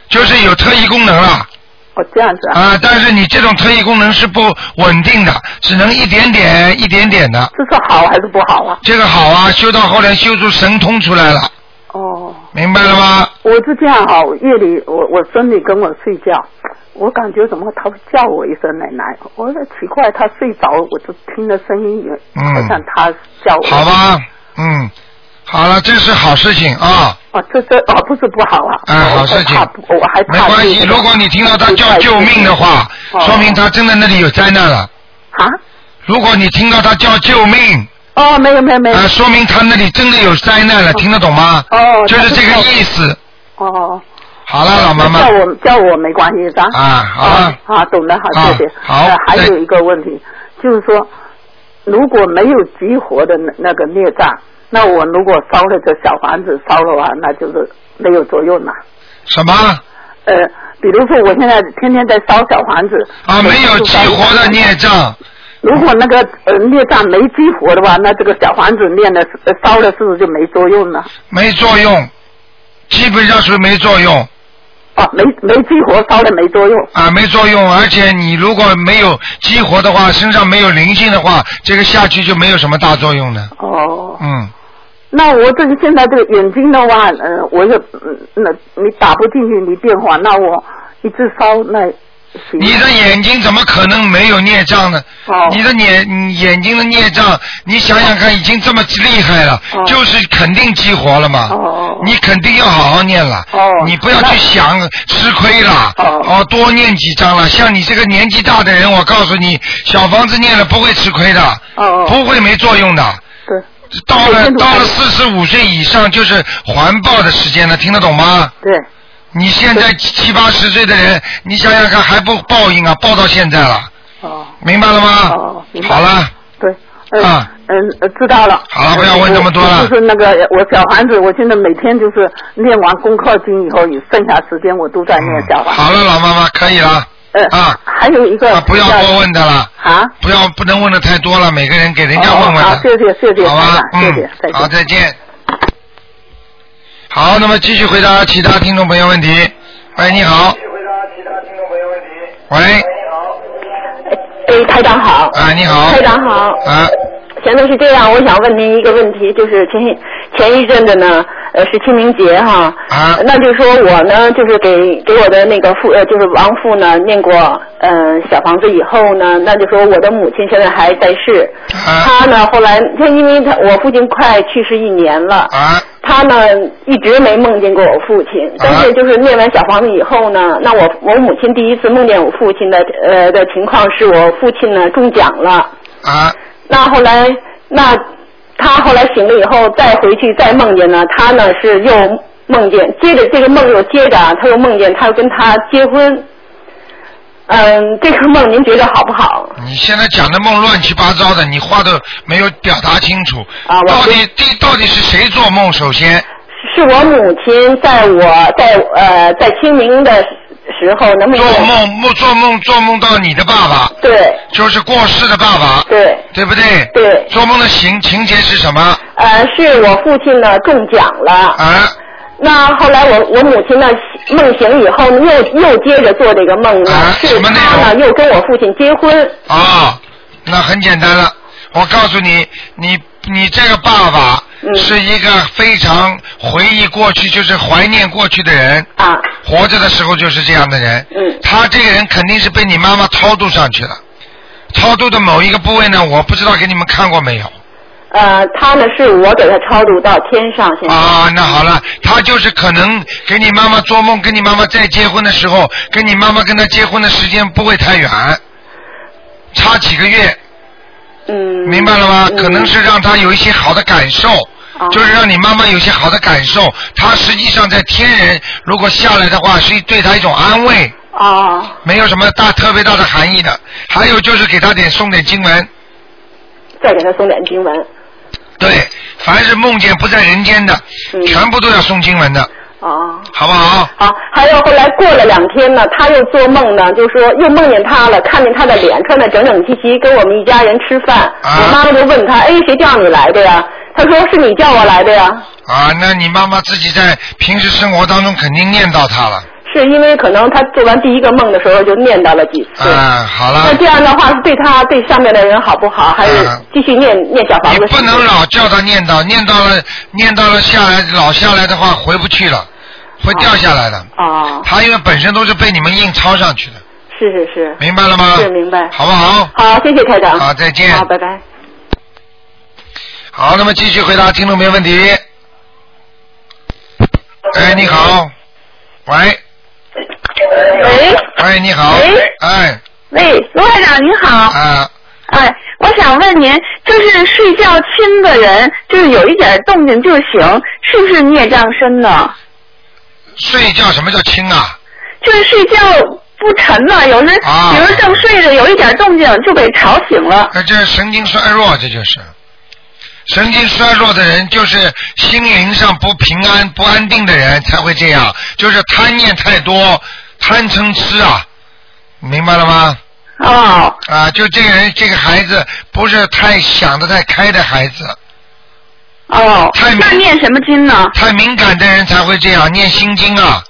Speaker 1: 就是有特异功能了。
Speaker 3: 哦，这样子啊，
Speaker 1: 啊，但是你这种特异功能是不稳定的，只能一点点一点点的。
Speaker 3: 这是好还是不好啊？
Speaker 1: 这个好啊，修到后来修出神通出来了，
Speaker 3: 哦。
Speaker 1: 明白了吗？
Speaker 3: 我是这样哈、夜里我我孙女跟我睡觉，我感觉怎么她会叫我一声奶奶，我说奇怪，她睡着我就听着声音也，
Speaker 1: 嗯
Speaker 3: 好像她叫我。
Speaker 1: 好？吧，嗯，好了，这是好事情啊，
Speaker 3: 哦，这这哦不是不好啊。
Speaker 1: 嗯，好事情
Speaker 3: 我还
Speaker 1: 没
Speaker 3: 怕，我还怕
Speaker 1: 关系。
Speaker 3: 这个
Speaker 1: 如果你听到他叫救命的话，
Speaker 3: 哦
Speaker 1: 说明他真的那里有灾难了。
Speaker 3: 啊，
Speaker 1: 如果你听到他叫救命，
Speaker 3: 哦没有没有没有，
Speaker 1: 啊，说明他那里真的有灾难了，听得懂吗？
Speaker 3: 哦，
Speaker 1: 就是这个
Speaker 3: 她
Speaker 1: 意思。
Speaker 3: 叫我。哦，
Speaker 1: 好了，老妈妈
Speaker 3: 叫，我叫我没关系是吧？
Speaker 1: 嗯啊，好了。
Speaker 3: 好，懂了，好，谢谢
Speaker 1: 啊。好
Speaker 3: 呃还
Speaker 1: 再
Speaker 3: 有一个问题，就是说，如果没有激活的那那个孽障，那我如果烧了这小房子烧了完，那就是没有作用了。
Speaker 1: 什么？
Speaker 3: 呃，比如说我现在天天在烧小房子
Speaker 1: 啊，没有激活的孽。障，
Speaker 3: 如果那个呃孽障没激活的话，那这个小房子念的呃烧了是不是就没作用了？
Speaker 1: 没作用，基本上是没作用
Speaker 3: 哦、没没激活烧了没作用。
Speaker 1: 啊，没作用。而且你如果没有激活的话，身上没有灵性的话，这个下去就没有什么大作用的。
Speaker 3: 哦。
Speaker 1: 嗯，
Speaker 3: 那我这个现在这个眼睛的话，呃，我也，嗯那你打不进去，你电话，那我一直烧那行。
Speaker 1: 你的眼睛怎么可能没有孽障呢？
Speaker 3: 哦
Speaker 1: 你的眼眼睛的孽障，你想想看，已经这么厉害了，
Speaker 3: 哦
Speaker 1: 就是肯定激活了嘛。
Speaker 3: 哦哦哦
Speaker 1: 你肯定要好好念了。
Speaker 3: 哦
Speaker 1: 你不要去想吃亏了。
Speaker 3: 哦
Speaker 1: 多念几张了。像你这个年纪大的人，我告诉你，小房子念了不会吃亏的，
Speaker 3: 哦哦，
Speaker 1: 不会没作用的。
Speaker 3: 对
Speaker 1: 到
Speaker 3: 每
Speaker 1: 了
Speaker 3: 天都
Speaker 1: 到
Speaker 3: 还
Speaker 1: 了
Speaker 3: 有
Speaker 1: 四十五岁以上，就是环抱的时间了，听得懂吗？
Speaker 3: 对，
Speaker 1: 你现在七八十岁的人，你想想看，还不报应啊？报到现在了，
Speaker 3: 哦
Speaker 1: 明白了吗？
Speaker 3: 哦明白
Speaker 1: 好了，
Speaker 3: 对。嗯、
Speaker 1: 啊
Speaker 3: 嗯，呃知道了。
Speaker 1: 好了不要问这么多了
Speaker 3: 我就是那个我小房子，我现在每天就是念完功课经以后，有剩下时间我都在念小房子。
Speaker 1: 好了，老妈妈，可以了。
Speaker 3: 嗯
Speaker 1: 啊
Speaker 3: 还有一个
Speaker 1: 啊，不要多问的了，
Speaker 3: 啊。
Speaker 1: 不要不能问的太多了，每个人给人家问问
Speaker 3: 哦好
Speaker 1: 的。
Speaker 3: 谢谢谢谢
Speaker 1: 好吧，
Speaker 3: 台长谢谢再
Speaker 1: 嗯，
Speaker 3: 见
Speaker 1: 好，再见。好，那么继续回答其他听众朋友问题。喂，你好。喂，
Speaker 6: 哎，台长好。
Speaker 1: 啊，你好。
Speaker 6: 台长好。
Speaker 1: 啊，
Speaker 6: 前头是这样，我想问您一个问题，就是前一前一阵子呢，呃，是清明节哈。
Speaker 1: 啊
Speaker 6: 那就是说我呢，就是给给我的那个父，呃，就是亡父呢念过呃小房子以后呢，那就说我的母亲现在还在世，
Speaker 1: 啊
Speaker 6: 她呢后来，她因为她我父亲快去世一年了。
Speaker 1: 啊，
Speaker 6: 他呢一直没梦见过我父亲，但是就是念完小房子以后呢，那我我母亲第一次梦见我父亲的呃的情况是我父亲呢中奖了，
Speaker 1: 啊，
Speaker 6: 那后来那他后来醒了以后再回去再梦见呢，他呢是又梦见，接着这个梦又接着啊，他又梦见他要跟他结婚，嗯， 这个梦您觉得好不好？
Speaker 1: 你现在讲的梦乱七八糟的，你话都没有表达清楚。
Speaker 6: 啊我
Speaker 1: 到底第到底是谁做梦？首先，
Speaker 6: 是我母亲在我在呃在清明的时候能梦见
Speaker 1: 做梦梦做梦做梦到你的爸爸，
Speaker 6: 对
Speaker 1: 就是过世的爸爸，
Speaker 6: 对。
Speaker 1: 对不对？
Speaker 6: 对
Speaker 1: 做梦的情情节是什么？
Speaker 6: 呃，是我父亲呢中奖了，
Speaker 1: 啊，
Speaker 6: 那后来我我母亲呢梦醒以后呢，又又接着做这个梦呢，
Speaker 1: 啊什
Speaker 6: 是
Speaker 1: 么内
Speaker 6: 她呢又跟我父亲结婚，
Speaker 1: 啊、那很简单了。我告诉你，你你这个爸爸
Speaker 6: 嗯
Speaker 1: 是一个非常回忆过去，就是怀念过去的人。
Speaker 2: 啊。
Speaker 1: 活着的时候就是这样的人。
Speaker 2: 嗯。
Speaker 1: 他这个人肯定是被你妈妈超度上去了，超度的某一个部位呢，我不知道给你们看过没有。
Speaker 2: 呃，他呢是我给他超度到天上， 现在、
Speaker 1: 啊，那好了，他就是可能给你妈妈做梦，跟你妈妈再结婚的时候，跟你妈妈跟他结婚的时间不会太远，差几个月，
Speaker 2: 嗯，
Speaker 1: 明白了吗？
Speaker 2: 嗯哦
Speaker 1: 可能是让他有一些好的感受。就是让你妈妈有些好的感受，他实际上在天人如果下来的话，是对他一种安慰，
Speaker 2: 哦，
Speaker 1: 没有什么大特别大的含义的。还有就是给他点送点经文，
Speaker 2: 再给他送点经文，
Speaker 1: 对，凡是梦见不在人间的，
Speaker 2: 嗯，
Speaker 1: 全部都要送经文的，
Speaker 2: 哦。
Speaker 1: 好不好？
Speaker 2: 好，还有后来过了两天呢，他又做梦呢，就说又梦见他了，看见他的脸穿的整整齐齐，跟我们一家人吃饭。
Speaker 1: 啊
Speaker 2: 我妈妈就问他，哎，谁叫你来的呀？他说是你叫我来的呀。
Speaker 1: 啊，那你妈妈自己在平时生活当中肯定念叨他了。
Speaker 2: 是因为可能他做完第一个梦的时候就念叨了几次。
Speaker 1: 啊，好
Speaker 2: 那
Speaker 1: 了，
Speaker 2: 这样的话，对他对上面的人好不好？还是
Speaker 1: 啊
Speaker 2: 继续念念小房
Speaker 1: 你
Speaker 2: 子？
Speaker 1: 不能老叫他念叨，念叨了，念叨了下来，老下来的话回不去了，会掉下来的。
Speaker 2: 哦，
Speaker 1: 他因为本身都是被你们硬抄上去的，
Speaker 2: 是是是，
Speaker 1: 明白了吗？
Speaker 2: 是明白。
Speaker 1: 好不好？
Speaker 2: 好，谢谢台长。
Speaker 1: 好再见
Speaker 2: 好，拜拜。
Speaker 1: 好，那么继续回答听众朋友问题。哎，你好，喂，
Speaker 3: 喂
Speaker 1: 喂，你好
Speaker 3: 喂，
Speaker 1: 哎，
Speaker 3: 哎喂，卢台长您好，
Speaker 1: 啊，
Speaker 3: 哎，我想问您，就是睡觉亲的人，就是有一点动静就醒，是不是孽障深呢？
Speaker 1: 睡觉什么叫轻啊？
Speaker 3: 就是睡觉不沉呢，有时
Speaker 1: 啊
Speaker 3: 比如正睡着，有一点动静就给吵醒了。
Speaker 1: 那这神经衰弱，这就是神经衰弱的人，就是心灵上不平安、不安定的人才会这样，就是贪念太多、贪嗔痴啊，明白了吗？
Speaker 3: 哦，
Speaker 1: 啊，就这个人，这个孩子不是太想得太开的孩子，
Speaker 3: 哦
Speaker 1: 太明，
Speaker 3: 那念什么经呢？
Speaker 1: 太敏感的人才会这样念心经啊。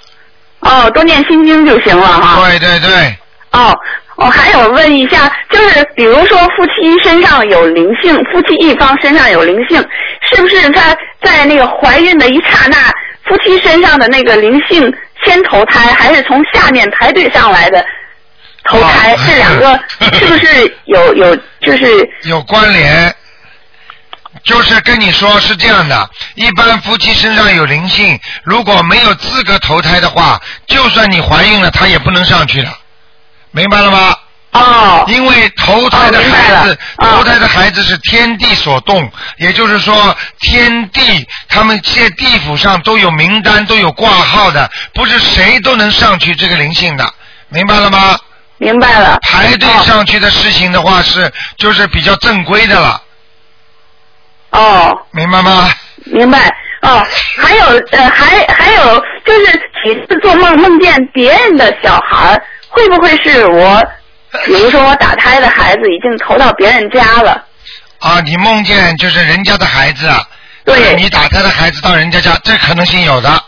Speaker 3: 哦，多念心经就行了哈。
Speaker 1: 对对对，
Speaker 3: 哦，我还有问一下，就是比如说夫妻身上有灵性，夫妻一方身上有灵性，是不是他在那个怀孕的一刹那，夫妻身上的那个灵性先投胎，还是从下面排队上来
Speaker 1: 啊
Speaker 3: 的投胎？
Speaker 1: 哦
Speaker 3: 这两个是不是有有就是
Speaker 1: 有关联。就是跟你说是这样的，一般夫妻身上有灵性，如果没有资格投胎的话，就算你怀孕了，她也不能上去的，明白了吗？
Speaker 3: 哦
Speaker 1: 因为投胎的
Speaker 3: 哦明白
Speaker 1: 孩子，
Speaker 3: 了哦
Speaker 1: 投胎的孩子是天地所动，也就是说，天地他们这地府上都有名单，都有挂号的，不是谁都能上去这个灵性的，明白了吗？
Speaker 3: 明白了？
Speaker 1: 排队
Speaker 3: 哦
Speaker 1: 上去的事情的话是，就是比较正规的了。
Speaker 3: 哦
Speaker 1: 明白吗？
Speaker 3: 明白哦，还有呃，还还有就是几次做梦梦见别人的小孩儿，会不会是 我？比如说我打胎的孩子已经投到别人家了，
Speaker 1: 啊，你梦见就是人家的孩子啊，
Speaker 3: 对，
Speaker 1: 你打胎的孩子到人家家，这可能性有的。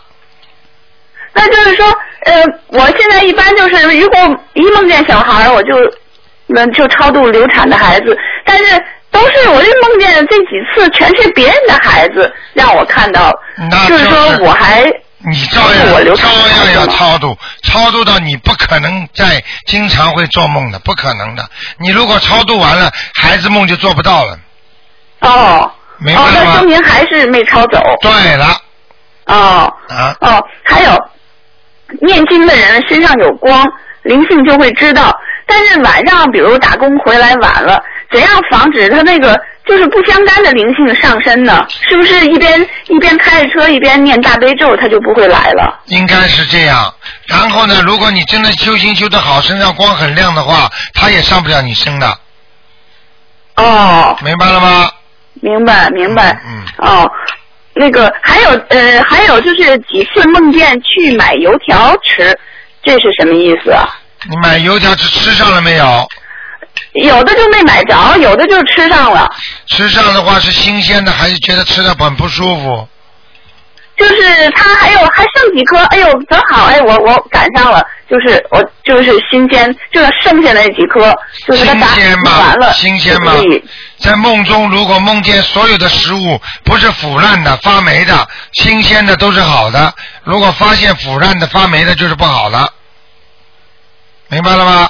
Speaker 3: 那就是说呃，我现在一般就是如果一梦见小孩儿，我就那就超度流产的孩子，但是都是我这梦见这几次全是别人的孩子让我看到，
Speaker 1: 那
Speaker 3: 就是是说我还
Speaker 1: 你照
Speaker 3: 那我
Speaker 1: 样
Speaker 3: 流产
Speaker 1: 照样要
Speaker 3: 了
Speaker 1: 超度，超度到你不可能再经常会做梦的，不可能的。你如果超度完了，孩子梦就做不到了，
Speaker 3: 哦
Speaker 1: 明
Speaker 3: 哦，
Speaker 1: 白
Speaker 3: 那
Speaker 1: 了
Speaker 3: 说
Speaker 1: 吗？
Speaker 3: 明还是没超走
Speaker 1: 对了
Speaker 3: 哦。
Speaker 1: 啊，
Speaker 3: 哦，还有念经的人身上有光，灵性就会知道。但是晚上，比如打工回来晚了，怎样防止他那个就是不相干的灵性上身呢？是不是一边一边开着车一边念大悲咒，他就不会来了？
Speaker 1: 应该是这样。然后呢，如果你真的修行修得好，身上光很亮的话，他也上不了你身的，
Speaker 3: 哦，
Speaker 1: 明白了吗？
Speaker 3: 明白明白。
Speaker 1: 嗯
Speaker 3: 哦，那个还有呃，还有就是几次梦见去买油条吃，这是什么意思啊？
Speaker 1: 你买油条吃吃上了没有？
Speaker 3: 有的就没买着，有的就吃上了。
Speaker 1: 吃上的话是新鲜的，还是觉得吃的很不舒服？
Speaker 3: 就是他还有还剩几颗，哎呦，正好，哎，我我赶上了，
Speaker 2: 就是我就是心间就是剩下那几颗，就是它
Speaker 1: 新
Speaker 2: 打
Speaker 1: 鲜吗
Speaker 2: 完了？
Speaker 1: 新鲜吗
Speaker 2: 就可以？
Speaker 1: 在梦中，如果梦见所有的食物不是腐烂的、发霉的，新鲜的都是好的；如果发现腐烂的、发霉的，就是不好了。明白了吗？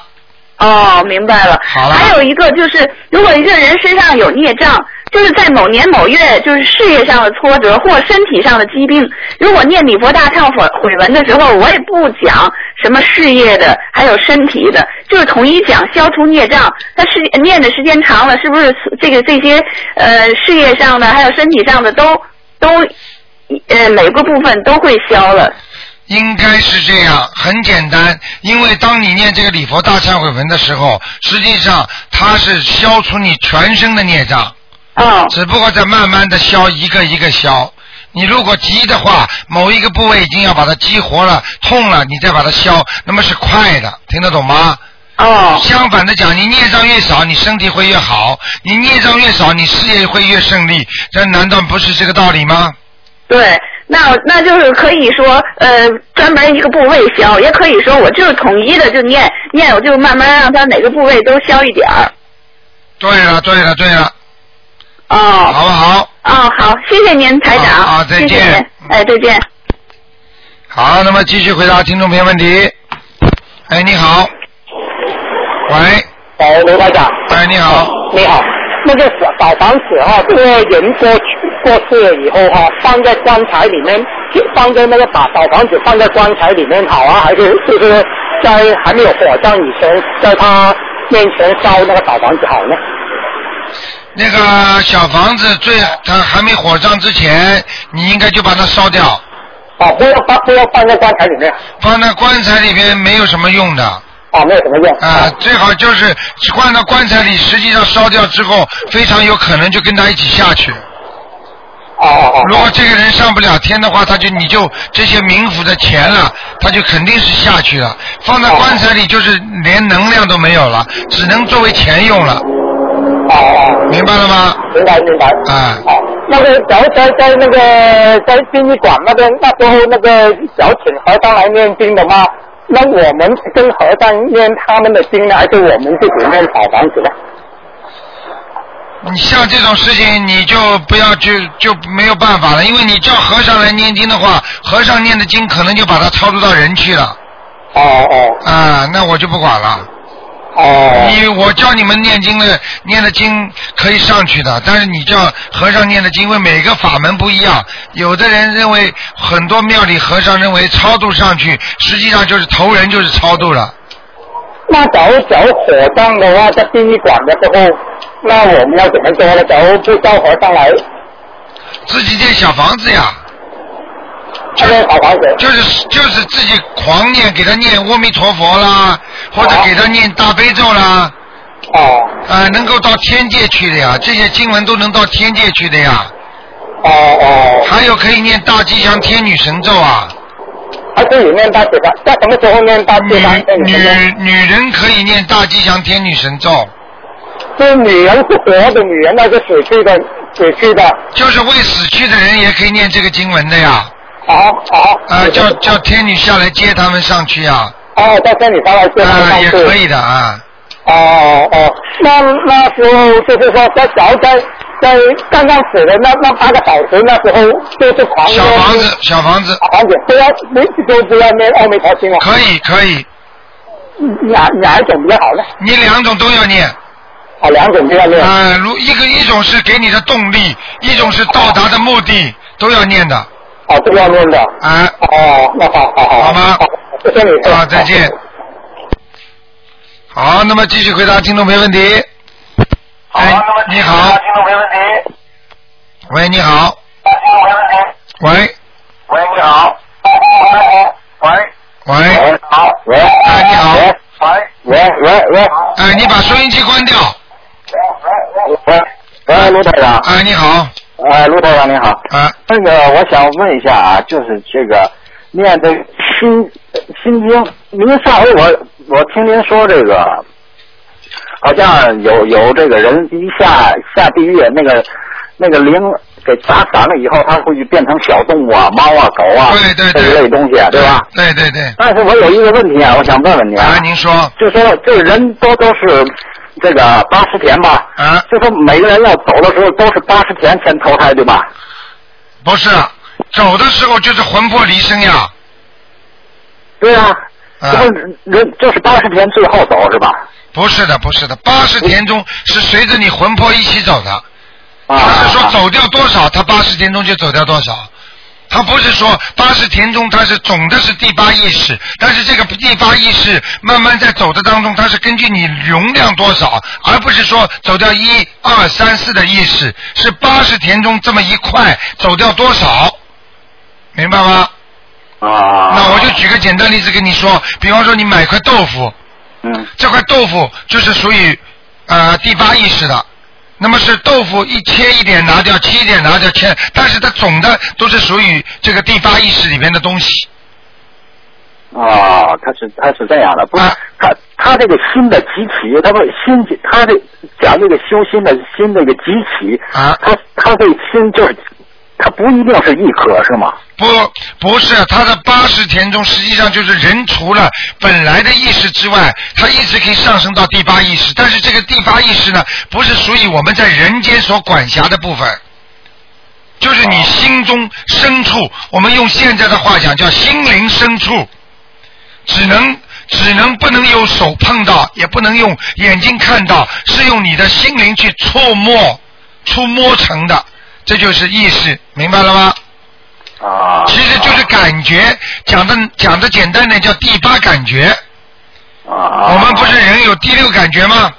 Speaker 2: 哦，明白了。
Speaker 1: 好了
Speaker 2: 还有一个就是，如果一个人身上有孽障，就是在某年某月，就是事业上的挫折或身体上的疾病，如果念礼佛大忏悔悔文的时候，我也不讲什么事业的，还有身体的，就是统一讲消除孽障。他是念的时间长了，是不是这个这些呃事业上的还有身体上的都都呃每个部分都会消了？
Speaker 1: 应该是这样，很简单，因为当你念这个礼佛大忏悔文的时候，实际上它是消除你全身的孽障，
Speaker 2: 哦
Speaker 1: 只不过在慢慢的消，一个一个消。你如果急的话，某一个部位已经要把它激活了、痛了，你再把它消，那么是快的，听得懂吗？
Speaker 2: 哦
Speaker 1: 相反的讲，你孽障越少，你身体会越好；你孽障越少，你事业会越顺利。这难道不是这个道理吗？
Speaker 2: 对，那那就是可以说，呃，专门一个部位消，也可以说我就是统一的就念念，我就慢慢让它哪个部位都消一点儿。
Speaker 1: 对了，对了，对了，好
Speaker 2: 哦
Speaker 1: 不好？
Speaker 2: 哦，好，谢谢您，台长。
Speaker 1: 好好再见嗯
Speaker 2: 谢谢您哎，再见。
Speaker 1: 好，那么继续回答听众朋友问题。哎，你好。喂，
Speaker 3: 哎，刘台长，
Speaker 1: 哎，你好。
Speaker 3: 你好。那个小房子啊哈、这个人过去过世了以后哈、放在棺材里面，就放在那个把小房子放在棺材里面好啊，还是就是在还没有火葬以前，在他面前烧那个小房子好呢？
Speaker 1: 那个小房子最，它还没火葬之前，你应该就把它烧掉，
Speaker 3: 啊，不要放不要放在棺材里面，
Speaker 1: 放在棺材里边没有什么用的。
Speaker 3: 啊，没有什么用
Speaker 1: 啊，最好就是放到棺材里，实际上烧掉之后，非常有可能就跟他一起下去。
Speaker 3: 哦哦
Speaker 1: 如果这个人上不了天的话，他就你就这些冥府的钱了，他就肯定是下去了。放在棺材里就是连能量都没有了，只能作为钱用了，
Speaker 3: 哦哦
Speaker 1: 明白了吗？
Speaker 3: 哦，明白明白。
Speaker 1: 啊，
Speaker 3: 哦，那个然后在在那个在殡仪馆那边，那时候那个小请和尚来念经的话，那我们跟和尚念他们的经呢，还是我们自己念小房子呢？
Speaker 1: 你像这种事情你就不要去，就没有办法了，因为你叫和尚来念经的话，和尚念的经可能就把他超度到人去了
Speaker 3: 哦哦
Speaker 1: 啊，那我就不管了。
Speaker 3: 哦
Speaker 1: 你我教你们念经的，念的经可以上去的，但是你叫和尚念的经，因为每个法门不一样，有的人认为很多庙里和尚认为超度上去，实际上就是投人就是超度了。
Speaker 3: 那假如假如火葬的话，在殡仪馆的时候，那我们要怎么做呢？假如不叫和尚来，
Speaker 1: 自己建小房子呀，
Speaker 3: 这个小房子，
Speaker 1: 就是就是自己狂念，给他念阿弥陀佛啦，或者给他念大悲咒啦，
Speaker 3: 哦
Speaker 1: 啊、能够到天界去的呀，这些经文都能到天界去的呀。
Speaker 3: 哦哦，
Speaker 1: 还有可以念大吉祥天女神咒啊。
Speaker 3: 还是有念大嘴巴，在什么时候念大
Speaker 1: 女
Speaker 3: 嘴巴？在你们呢
Speaker 1: 女女人可以念大吉祥天女神咒，
Speaker 3: 是女人是活的女人，那是死去的死去的。
Speaker 1: 就是为死去的人也可以念这个经文的呀。
Speaker 3: 好好。
Speaker 1: 啊、叫叫天女下来接他们上去呀、啊。
Speaker 3: 哦，到这里发来电话
Speaker 1: 啊、
Speaker 3: 方
Speaker 1: 也
Speaker 3: 式。
Speaker 1: 可以的啊。
Speaker 3: 哦哦，那那时候就是说，在小在在刚刚死的那那八个小时，那时候就是狂
Speaker 1: 小房子，小房子
Speaker 3: 小房子不要不都不要念阿弥陀经了，
Speaker 1: 可以可以，
Speaker 3: 哪哪一种比较好呢？
Speaker 1: 你两种都要念
Speaker 3: 啊，两种都要念。
Speaker 1: 啊。如一个一种是给你的动力，一种是到达的目的，都要念的
Speaker 3: 哦，都要念的。
Speaker 1: 啊。
Speaker 3: 哦，那好好好。
Speaker 1: 好吗
Speaker 3: 谢谢你。
Speaker 1: 好，啊再见。好，那么继续回答听众朋友问题。哎，你好。听众朋友问题。喂，你好。听众朋友问题。
Speaker 3: 喂，你好。
Speaker 1: 喂喂，
Speaker 3: 好。喂。
Speaker 1: 哎，你好。
Speaker 3: 喂喂喂。
Speaker 1: 哎，你把收音机关掉。
Speaker 3: 喂喂，卢台长。
Speaker 1: 哎，你好。
Speaker 3: 哎，卢台长你好。
Speaker 1: 啊，
Speaker 3: 那个，我想问一下啊，就是这个念这个心呃心经，您上回我我听您说这个，好像有有这个人一下下地狱，那个那个灵
Speaker 4: 给砸散了以后，它会变成小动物啊，猫啊、狗啊，
Speaker 1: 对对对
Speaker 4: 这一类东西，啊对吧？
Speaker 1: 对对对，哎
Speaker 4: 但是我有一个问题啊，我想问问您啊，
Speaker 1: 您说，
Speaker 4: 就说这人都都是这个八十天吧，
Speaker 1: 啊，
Speaker 4: 就说每个人要走的时候都是八十天前投胎，对吧？
Speaker 1: 不是，走的时候就是魂魄离身呀。
Speaker 4: 对啊，就是人就是八十天最后走是吧？
Speaker 1: 不是的，不是的，八十天中是随着你魂魄一起走的。
Speaker 4: 啊
Speaker 1: 他是说走掉多少，他八十天中就走掉多少。他不是说八十天中，他是总的是第八意识，但是这个第八意识慢慢在走的当中，它是根据你容量多少，而不是说走掉一二三四的意识，是八十天中这么一块走掉多少，明白吗？
Speaker 4: 啊。
Speaker 1: 那我就举个简单例子跟你说，比方说你买块豆腐，
Speaker 4: 嗯，
Speaker 1: 这块豆腐就是属于呃第八意识的，那么是豆腐一切一点拿掉，切一点拿掉，切，但是它总的都是属于这个第八意识里面的东西。
Speaker 4: 啊，他是他是这样的，
Speaker 1: 啊
Speaker 4: 不是他他这个新的集体，他不是新集，他这讲这个修心的新这个集体，
Speaker 1: 啊，
Speaker 4: 他他这心就是，他不一定是一颗是吗？
Speaker 1: 不，不是，它的八十田中实际上就是人除了本来的意识之外，它一直可以上升到第八意识，但是这个第八意识呢，不是属于我们在人间所管辖的部分。就是你心中深处，我们用现在的话讲叫心灵深处，只能只能不能用手碰到，也不能用眼睛看到，是用你的心灵去触摸、触摸成的，这就是意识，明白了吗？
Speaker 4: 啊。
Speaker 1: 其实就是感觉，讲的讲的简单点叫第八感觉。
Speaker 4: 啊。
Speaker 1: 我们不是人有第六感觉吗？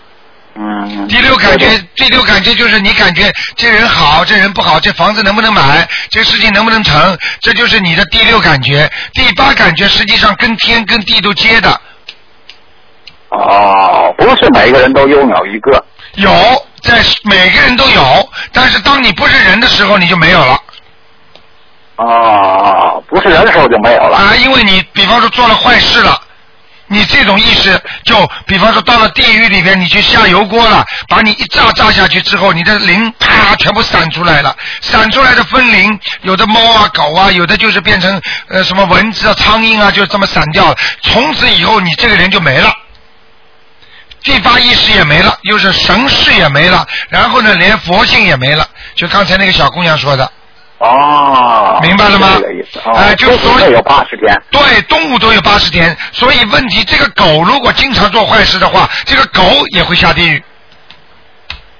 Speaker 4: 嗯。
Speaker 1: 第六感觉，第六感觉就是你感觉这人好，这人不好，这房子能不能买，这事情能不能成，这就是你的第六感觉。第八感觉实际上跟天跟地都接的，
Speaker 4: 哦，不是每个人都拥有一个。
Speaker 1: 有在每个人都有，但是当你不是人的时候，你就没有了。
Speaker 4: 哦，不是人的时候就没有了。
Speaker 1: 啊，因为你比方说做了坏事了，你这种意识就比方说到了地狱里边，你去下油锅了，把你一炸炸下去之后，你的灵啪全部散出来了，散出来的分灵，有的猫啊狗啊，有的就是变成呃什么蚊子啊苍蝇啊，就这么散掉了。从此以后，你这个人就没了。第八意识也没了，又是神识也没了，然后呢，连佛性也没了，就刚才那个小姑娘说的，
Speaker 4: 哦。
Speaker 1: 明白了吗
Speaker 4: 是这个意思。哦
Speaker 1: 哎就
Speaker 4: 都
Speaker 1: 所以
Speaker 4: 有八十天。
Speaker 1: 对，动物都有八十天，所以问题这个狗如果经常做坏事的话，这个狗也会下地狱，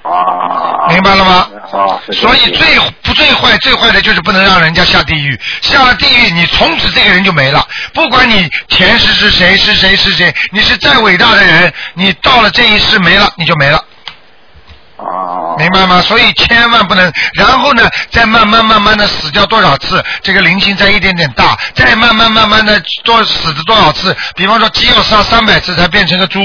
Speaker 4: 啊。
Speaker 1: 明白了吗？
Speaker 4: 哦，是这
Speaker 1: 所
Speaker 4: 个意
Speaker 1: 以
Speaker 4: 思
Speaker 1: 最不最坏最坏的就是不能让人家下地狱，下了地狱你从此这个人就没了，不管你前世是谁是谁是谁，你是再伟大的人，你到了这一世没了你就没了。
Speaker 4: 哦。
Speaker 1: 明白吗？所以千万不能，然后呢，再慢慢慢慢的死掉多少次，这个灵性再一点点大，再慢慢慢慢的多死的多少次。比方说鸡要杀三百次才变成个猪，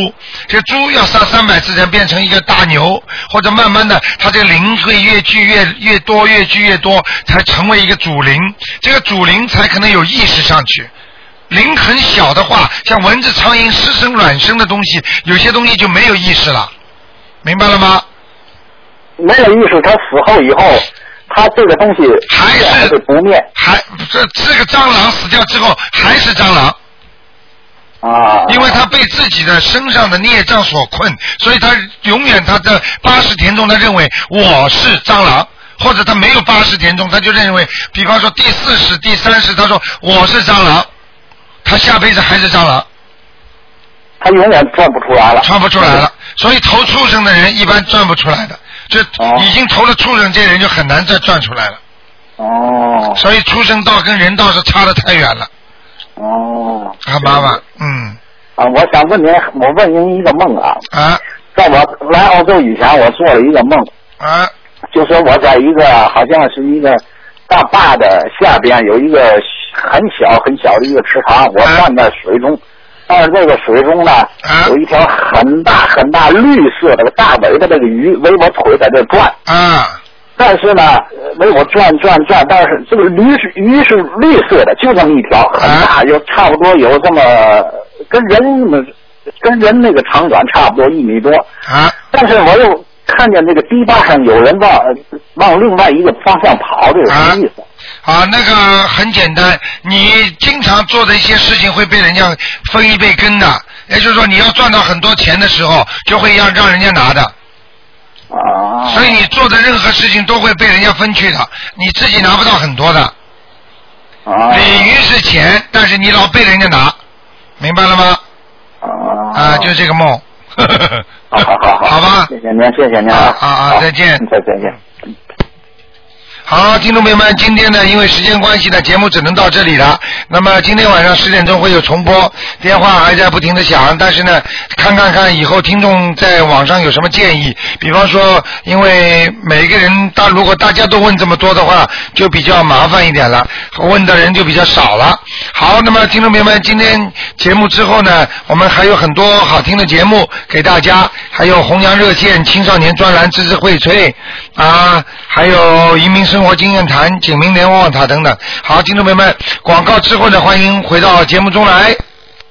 Speaker 1: 这个猪要杀三百次才变成一个大牛，或者慢慢的，它这个灵会越聚越越多，越聚越多，才成为一个主灵，这个主灵才可能有意识上去。灵很小的话，像蚊子、苍蝇、湿生、卵生的东西，有些东西就没有意识了，明白了吗？
Speaker 4: 没有意识，他死后以后，他这个东西还是还是不灭
Speaker 1: 还这这个蟑螂死掉之后还是蟑螂，
Speaker 4: 啊。
Speaker 1: 因为它被自己的身上的孽障所困，所以它永远它的八十田中，它认为我是蟑螂，或者它没有八十田中，它就认为，比方说第四十、第三十，他说我是蟑螂，他下辈子还是蟑螂，
Speaker 4: 他永远转不出来了。
Speaker 1: 穿不出来了。所以投畜生的人一般转不出来的，就
Speaker 4: 啊
Speaker 1: 已经投了畜生，这人就很难再转出来了。
Speaker 4: 哦
Speaker 1: 所以畜生道跟人道是差得太远了，
Speaker 4: 哦。
Speaker 1: 很麻烦。嗯
Speaker 4: 啊，我想问您，我问您一个梦啊，
Speaker 1: 啊
Speaker 4: 在我来澳洲以前，我做了一个梦，
Speaker 1: 啊
Speaker 4: 就说我在一个好像是一个大坝的下边有一个很小很小的一个池塘，我站在水中，但是这个水中呢有一条很大很大绿色的大尾巴的这个鱼围我腿在这转，
Speaker 1: 啊
Speaker 4: 但是呢呃围我转转转，但是这个驴是鱼是绿色的，就这么一条很大，有差不多有这么跟人那么跟人那个长短差不多一米多。
Speaker 1: 啊
Speaker 4: 但是我又看见那个堤坝上有人往呃
Speaker 7: 往另外一个方向跑，这有什么意思？
Speaker 1: 啊，那个很简单，你经常做的一些事情会被人家分一杯羹的，也就是说你要赚到很多钱的时候，就会让让人家拿的。
Speaker 7: 哦
Speaker 1: 啊。所以你做的任何事情都会被人家分去的，你自己拿不到很多的。
Speaker 7: 哦
Speaker 1: 啊。鲤鱼是钱，但是你老被人家拿，明白了吗？啊。啊，就这个梦。
Speaker 7: 哦好好好，好 吧，谢谢您，谢谢您啊，
Speaker 1: 啊啊，再见，
Speaker 7: 再见，再见。
Speaker 1: 好，听众朋友们，今天呢，因为时间关系呢，节目只能到这里了。那么今天晚上十点钟会有重播，电话还在不停的响，但是呢，看看看以后听众在网上有什么建议，比方说，因为每个人大如果大家都问这么多的话，就比较麻烦一点了，问的人就比较少了。好，那么听众朋友们，今天节目之后呢，我们还有很多好听的节目给大家，还有弘扬热线青少年专栏知识荟萃啊，还有移民生活经验谈、警民联网网塔等等。好，听众朋友们，广告之后呢，欢迎回到节目中来。